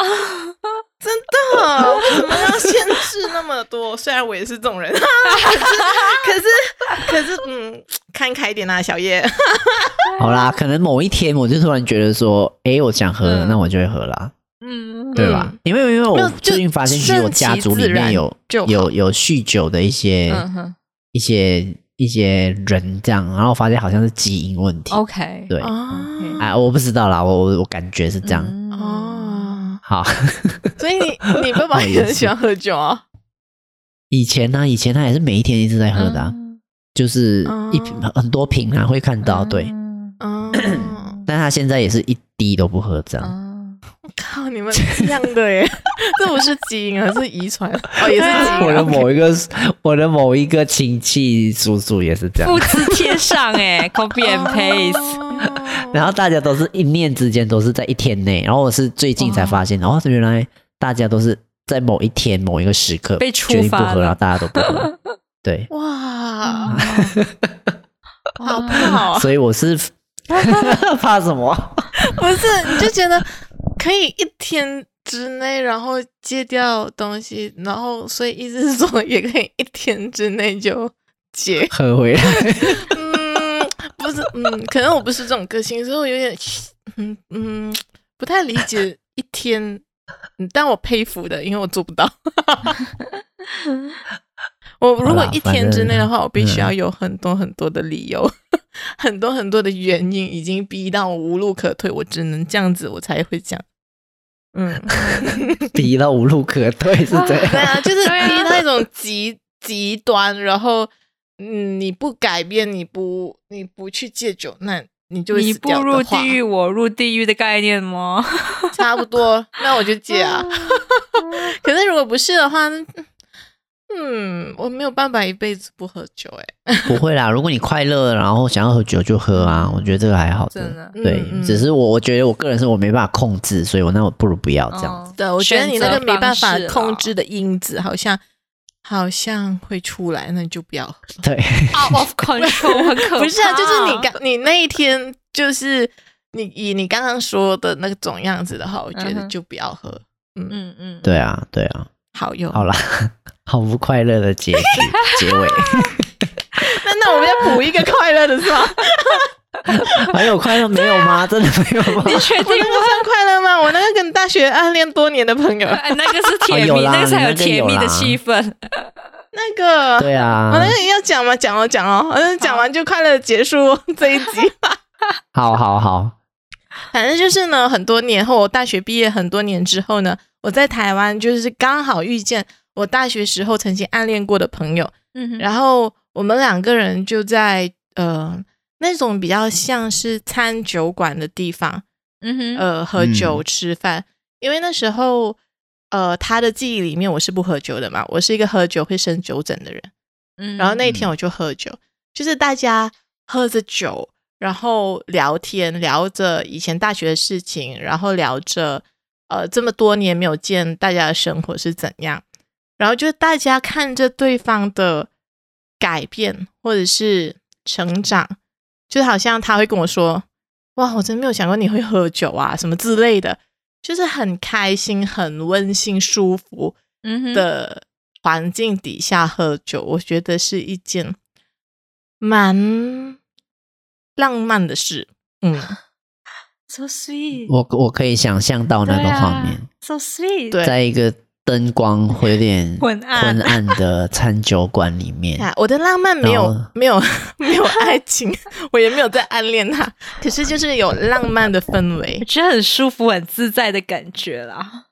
Speaker 2: 真的，为什么啊要限制那么多？虽然我也是这种人，可是可是可是，嗯，看开一点啊，小叶。嗯
Speaker 3: 好啦，可能某一天我就突然觉得说，诶，我想喝了，
Speaker 1: 嗯
Speaker 3: 那我就会喝啦，
Speaker 1: 嗯，
Speaker 3: 对吧？因为因为
Speaker 2: 没
Speaker 3: 我
Speaker 2: 有就
Speaker 3: 最近发现，其实我家族里面有
Speaker 2: 顺其自然就好
Speaker 3: 有有酗酒的一些、
Speaker 1: 嗯哼
Speaker 3: 一些一些人这样，然后我发现好像是基因问题，
Speaker 2: 哦
Speaker 1: ，OK，
Speaker 3: 对。
Speaker 2: 啊
Speaker 3: *laughs* 啊，我不知道啦，我我我感觉是这样。
Speaker 1: 嗯
Speaker 2: 哦，
Speaker 3: 好， *laughs*
Speaker 2: 所以你你爸爸也
Speaker 3: 也是
Speaker 2: 很喜欢喝酒 *coughs* 啊？
Speaker 3: 以前呢、以前他也是每一天一直在喝的啊、
Speaker 1: 嗯
Speaker 3: 就是一瓶、
Speaker 2: 哦
Speaker 3: 很多瓶啊，会看到。
Speaker 1: 嗯
Speaker 3: 对，
Speaker 2: 哦，
Speaker 3: 但他现在也是一滴都不喝这样。
Speaker 1: 嗯，
Speaker 2: 靠，你们一样的耶， *laughs* 这不是基因啊，是遗传哦，也是
Speaker 3: *laughs*
Speaker 2: 基
Speaker 3: 我
Speaker 2: 因
Speaker 3: 的
Speaker 2: 啊。
Speaker 3: 某一个，我的某一个亲戚叔叔也是这样
Speaker 1: 复，制贴上哎，copy and paste，
Speaker 2: 哦
Speaker 3: *laughs* 然后大家都是一念之间，都是在一天内。然后我是最近才发现，哦，原来大家都是在某一天某一个时刻
Speaker 1: 被触
Speaker 3: 决定不
Speaker 1: 发
Speaker 3: 喝，
Speaker 1: 了
Speaker 3: 然后大家都不
Speaker 1: *laughs*
Speaker 3: 喝。对，
Speaker 1: 哦
Speaker 2: 哇，好不好啊？
Speaker 3: 所以我 *laughs*
Speaker 1: *laughs*
Speaker 3: 是怕什么？
Speaker 2: 不是，你就觉得可以一天之内，然后戒掉东西，然后所以意思是说，也可以一天之内就戒。
Speaker 3: 喝回来。
Speaker 2: 嗯，不是，嗯，可能我不是这种个性，所以我有点，嗯嗯，不太理解一天，嗯但我佩服的，因为我做不到。 *laughs* 我如
Speaker 3: 好
Speaker 2: 果
Speaker 3: 啦
Speaker 2: 一
Speaker 3: 反
Speaker 2: 天之
Speaker 3: 正
Speaker 2: 内的话，我必须
Speaker 3: 嗯
Speaker 2: 要有很多很多的理由， *laughs* 很多很多的原因，已经逼到我无路可退，我只能这样子，我才会讲。嗯，
Speaker 3: 逼到无路可退是这
Speaker 2: *laughs* 对
Speaker 3: 样。
Speaker 2: 啊，就是
Speaker 1: 对啊
Speaker 2: 逼到一种极极端，然后嗯，你不改变，你不你不去戒酒，那你就会
Speaker 1: 你
Speaker 2: 死掉
Speaker 1: 步
Speaker 2: 的
Speaker 1: 入
Speaker 2: 话
Speaker 1: 地狱，，我入地狱的概念吗？
Speaker 2: *laughs* 差不多，那我就戒
Speaker 1: *laughs*
Speaker 2: 啊。可是如果不是的话，嗯，我没有办法一辈子不喝酒、欸，哎，
Speaker 3: *laughs* 不会啦，如果你快乐，然后想要喝酒就喝啊，我觉得这个还好
Speaker 1: 真的
Speaker 3: 对，
Speaker 2: 嗯嗯
Speaker 3: 只是我我觉得我个人是我没办法控制，所以我那我不如不要这样子。
Speaker 1: 嗯
Speaker 2: 对我觉得你那个没办法
Speaker 1: 选择方式啦
Speaker 2: 控制的因子，好像好像会出来，那你就不要喝。
Speaker 3: 对，
Speaker 1: *laughs* out of
Speaker 2: *laughs*
Speaker 1: control，很可怕。
Speaker 2: 不是啊，就是你刚你那一天就是你以你刚刚说的那种样子的话，我觉
Speaker 1: 嗯
Speaker 2: 得
Speaker 1: 哼
Speaker 2: 就不要喝。嗯，
Speaker 1: 嗯嗯，
Speaker 3: 对啊，对啊，
Speaker 2: 好用。
Speaker 3: 好啦， *laughs* 好不快乐的结局结尾，
Speaker 2: 那那我们要补一个快乐的是吗？
Speaker 3: 还有快乐没有吗？真的没 *laughs* 有吗？
Speaker 1: 你确
Speaker 2: 我
Speaker 1: 定
Speaker 2: 那 *laughs* 个
Speaker 1: 吗？
Speaker 2: 算快乐吗？我那个跟大学暗恋多年的朋友，
Speaker 1: 哎那个是
Speaker 3: 哦
Speaker 1: 甜
Speaker 3: 有
Speaker 1: 蜜，
Speaker 3: 啦
Speaker 1: 那个才
Speaker 3: 你那个
Speaker 1: 甜蜜
Speaker 3: 有
Speaker 1: 的
Speaker 3: 啦
Speaker 1: 气氛。
Speaker 2: *laughs* 那个
Speaker 3: 对啊
Speaker 2: 我，那个要讲吗？讲哦，讲哦，嗯，讲完就快乐地结束 *laughs* 这一集。
Speaker 3: 好好好，
Speaker 2: 反正就是呢，很多年后，我大学毕业很多年之后呢，我在台湾就是刚好遇见我大学时候曾经暗恋过的朋友，
Speaker 1: 嗯哼，
Speaker 2: *laughs* 然后我们两个人就在呃那种比较像是餐酒馆的地方，
Speaker 1: 嗯哼，
Speaker 2: 呃，喝
Speaker 3: 嗯
Speaker 2: 酒吃饭，因为那时候呃他的记忆里面我是不喝酒的嘛，我是一个喝酒会生酒疹的人，
Speaker 1: 嗯
Speaker 2: 然后那一天我就喝酒，就是大家喝着酒，然后聊天，聊着以前大学的事情，然后聊着呃这么多年没有见大家的生活是怎样，然后就是大家看着对方的改变或者是成长，就好像他会跟我说：“哇，我真没有想过你会喝酒啊，什么之类的。”就是很开心、很温馨、舒服
Speaker 1: 嗯哼，
Speaker 2: 的环境底下喝酒，我觉得是一件蛮浪漫的事。嗯，
Speaker 1: ，so sweet，
Speaker 3: 我我可以想象到那
Speaker 1: 对
Speaker 3: 个
Speaker 1: 啊
Speaker 3: 画面，
Speaker 1: ，so sweet，
Speaker 2: 对
Speaker 3: 在一个灯光会有点
Speaker 1: 昏暗
Speaker 3: 昏暗的餐酒馆里面，
Speaker 2: *laughs* 啊，我的浪漫没有
Speaker 3: 然后
Speaker 2: 没有 *laughs* 没有爱情， *laughs* 我也没有在暗恋他，可是就是有浪漫的氛围
Speaker 1: 我。觉得很舒服、很自在的感觉啦。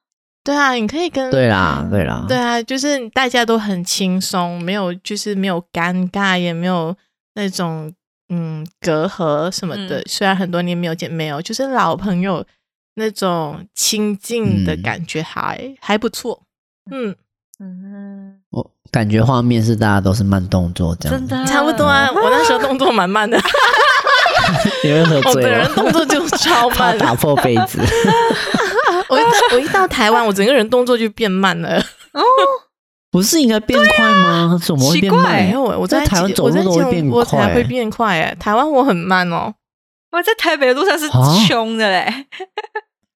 Speaker 2: 对啊，你可以跟
Speaker 3: 对啦，对啦，
Speaker 2: 对啊，就是大家都很轻松，没有就是没有尴尬，也没有那种嗯隔阂什么的。
Speaker 1: 嗯
Speaker 2: 虽然很多年没有见，没有就是老朋友那种亲近的
Speaker 3: 嗯
Speaker 2: 感觉还、还不错。嗯，
Speaker 1: 嗯，
Speaker 3: 我感觉画面是大家都是慢动作这样，
Speaker 1: 真，的
Speaker 2: 差不多
Speaker 3: 嗯
Speaker 2: 啊。我那时候动作蛮慢的，
Speaker 3: 你会喝
Speaker 2: 我
Speaker 3: 醉
Speaker 2: 本人
Speaker 3: 了，
Speaker 2: 动
Speaker 3: *laughs*
Speaker 2: 作就超
Speaker 3: 怕
Speaker 2: 慢的
Speaker 3: 打破杯
Speaker 2: *laughs*
Speaker 3: 子，
Speaker 2: 我一到我一到台湾，我整个人动作就变慢了。
Speaker 3: 不是应该变快吗？怎么会变
Speaker 1: 哎
Speaker 2: 没
Speaker 3: 慢
Speaker 2: 有？ *laughs* 欸我在
Speaker 3: 在台湾
Speaker 2: 吉
Speaker 3: 走路
Speaker 2: 我在
Speaker 3: 都会
Speaker 2: 吉隆
Speaker 3: 变
Speaker 2: 坡
Speaker 3: 快
Speaker 2: 才
Speaker 3: 欸
Speaker 2: 会变快哎、台湾我很慢哦。
Speaker 1: 我在台北的路上是
Speaker 3: 啊
Speaker 1: 凶的嘞，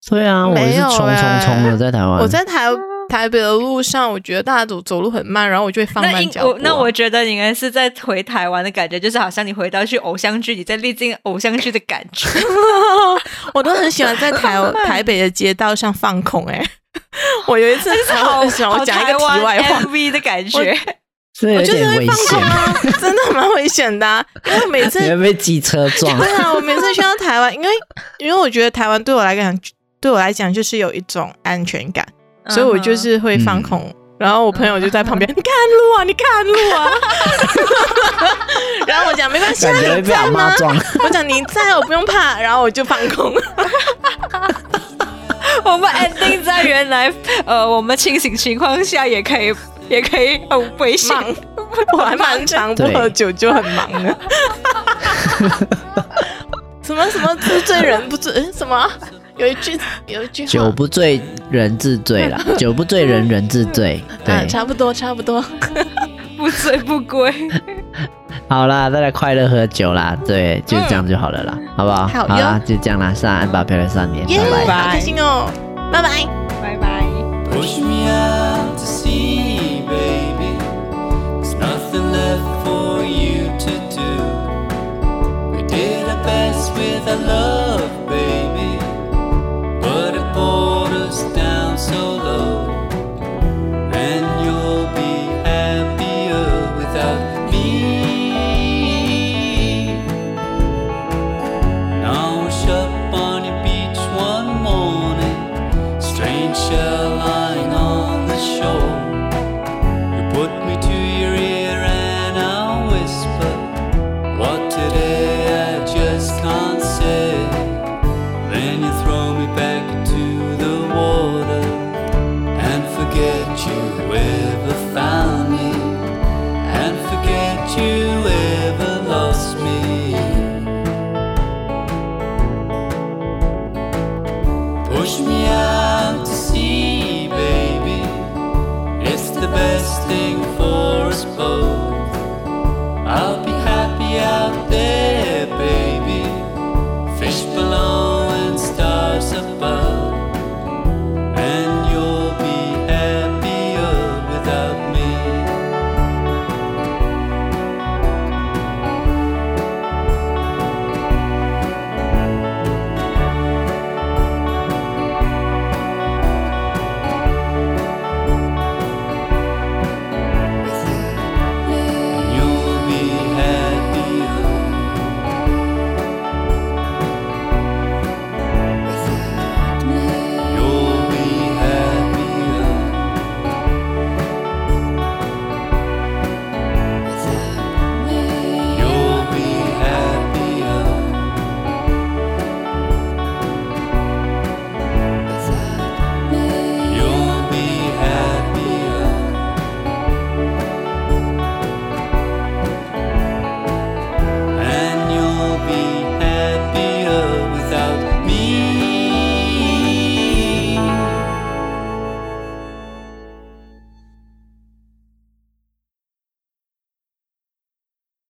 Speaker 3: 对啊，我
Speaker 2: 没
Speaker 3: 是
Speaker 2: 有
Speaker 3: 冲冲
Speaker 2: 欸
Speaker 3: 冲的在台湾，
Speaker 2: 我在台台北的路上，我觉得大家走走路很慢，然后我就会放
Speaker 1: 那
Speaker 2: 慢
Speaker 1: 应
Speaker 2: 脚步啊、
Speaker 1: 我那我觉得你应该是在回台湾的感觉，就是好像你回到去偶像剧，你在历经偶像剧的感觉。
Speaker 2: *laughs* *laughs* 我都很喜欢在
Speaker 1: *laughs*
Speaker 2: 台台北的街道上放空哎、 *laughs* 我有一次
Speaker 1: 好
Speaker 2: 超喜欢我讲一个题外话，
Speaker 1: MV 的感觉，
Speaker 3: 这有
Speaker 2: 我就是
Speaker 3: 点
Speaker 2: 会
Speaker 3: 危
Speaker 2: 放空
Speaker 3: 险，
Speaker 2: 啊，真的蛮危险的啊、因为每次 *laughs*
Speaker 3: 你会被机车撞。
Speaker 2: 对啊，我每次去到台湾，因为因为我觉得台湾对我来讲，对我来讲就是有一种安全感，
Speaker 1: *laughs*
Speaker 2: 所以我就是会
Speaker 3: 嗯
Speaker 2: 放空。然后我朋友就在旁边，你看路啊，你看路啊。 *laughs* 然后我讲没关系，啊，
Speaker 3: 感觉会
Speaker 2: 你
Speaker 3: 被阿
Speaker 2: 在吗
Speaker 3: 妈？撞，
Speaker 2: 我讲你在，我不用怕。然后我就放空。
Speaker 1: 嗯 *laughs* 我们 ending 在原来呃，我们清醒情况下也可以，也可以很危险。
Speaker 2: 忙，我还蛮常不喝酒就很忙的。 *laughs* 什么什么自醉人不醉？嗯什么？有一句有一句话，
Speaker 3: 酒不醉人自醉
Speaker 2: *laughs*
Speaker 3: 啦，酒不醉人人自醉。
Speaker 2: 啊，
Speaker 3: 对，
Speaker 2: 差不多差不多。
Speaker 1: 不醉不归。
Speaker 3: 好啦，大家快乐喝酒啦，对，就这样就好了啦，好不好？
Speaker 2: 嗯好
Speaker 3: 好啦
Speaker 2: 哟，
Speaker 3: 就这样啦，上岸吧，漂亮少年，
Speaker 2: 耶、
Speaker 3: 拜拜。
Speaker 2: 好开心哦，拜拜。
Speaker 1: 拜拜。
Speaker 4: Push me out to sea, baby. There's nothing left for you to do. We did our best with our love, baby. But it brought us down so low. And you'll be happier without me. Now we're up on your beach one morning. Strange shell lying on the shore. You put me to your ear and I'll whisper. What today I just can't say. Then you throw me back into the water and forget you ever found me. And forget you ever lost me. Push me out to sea, baby. It's the best thing for us both. I'll be happy out there, baby. Fish below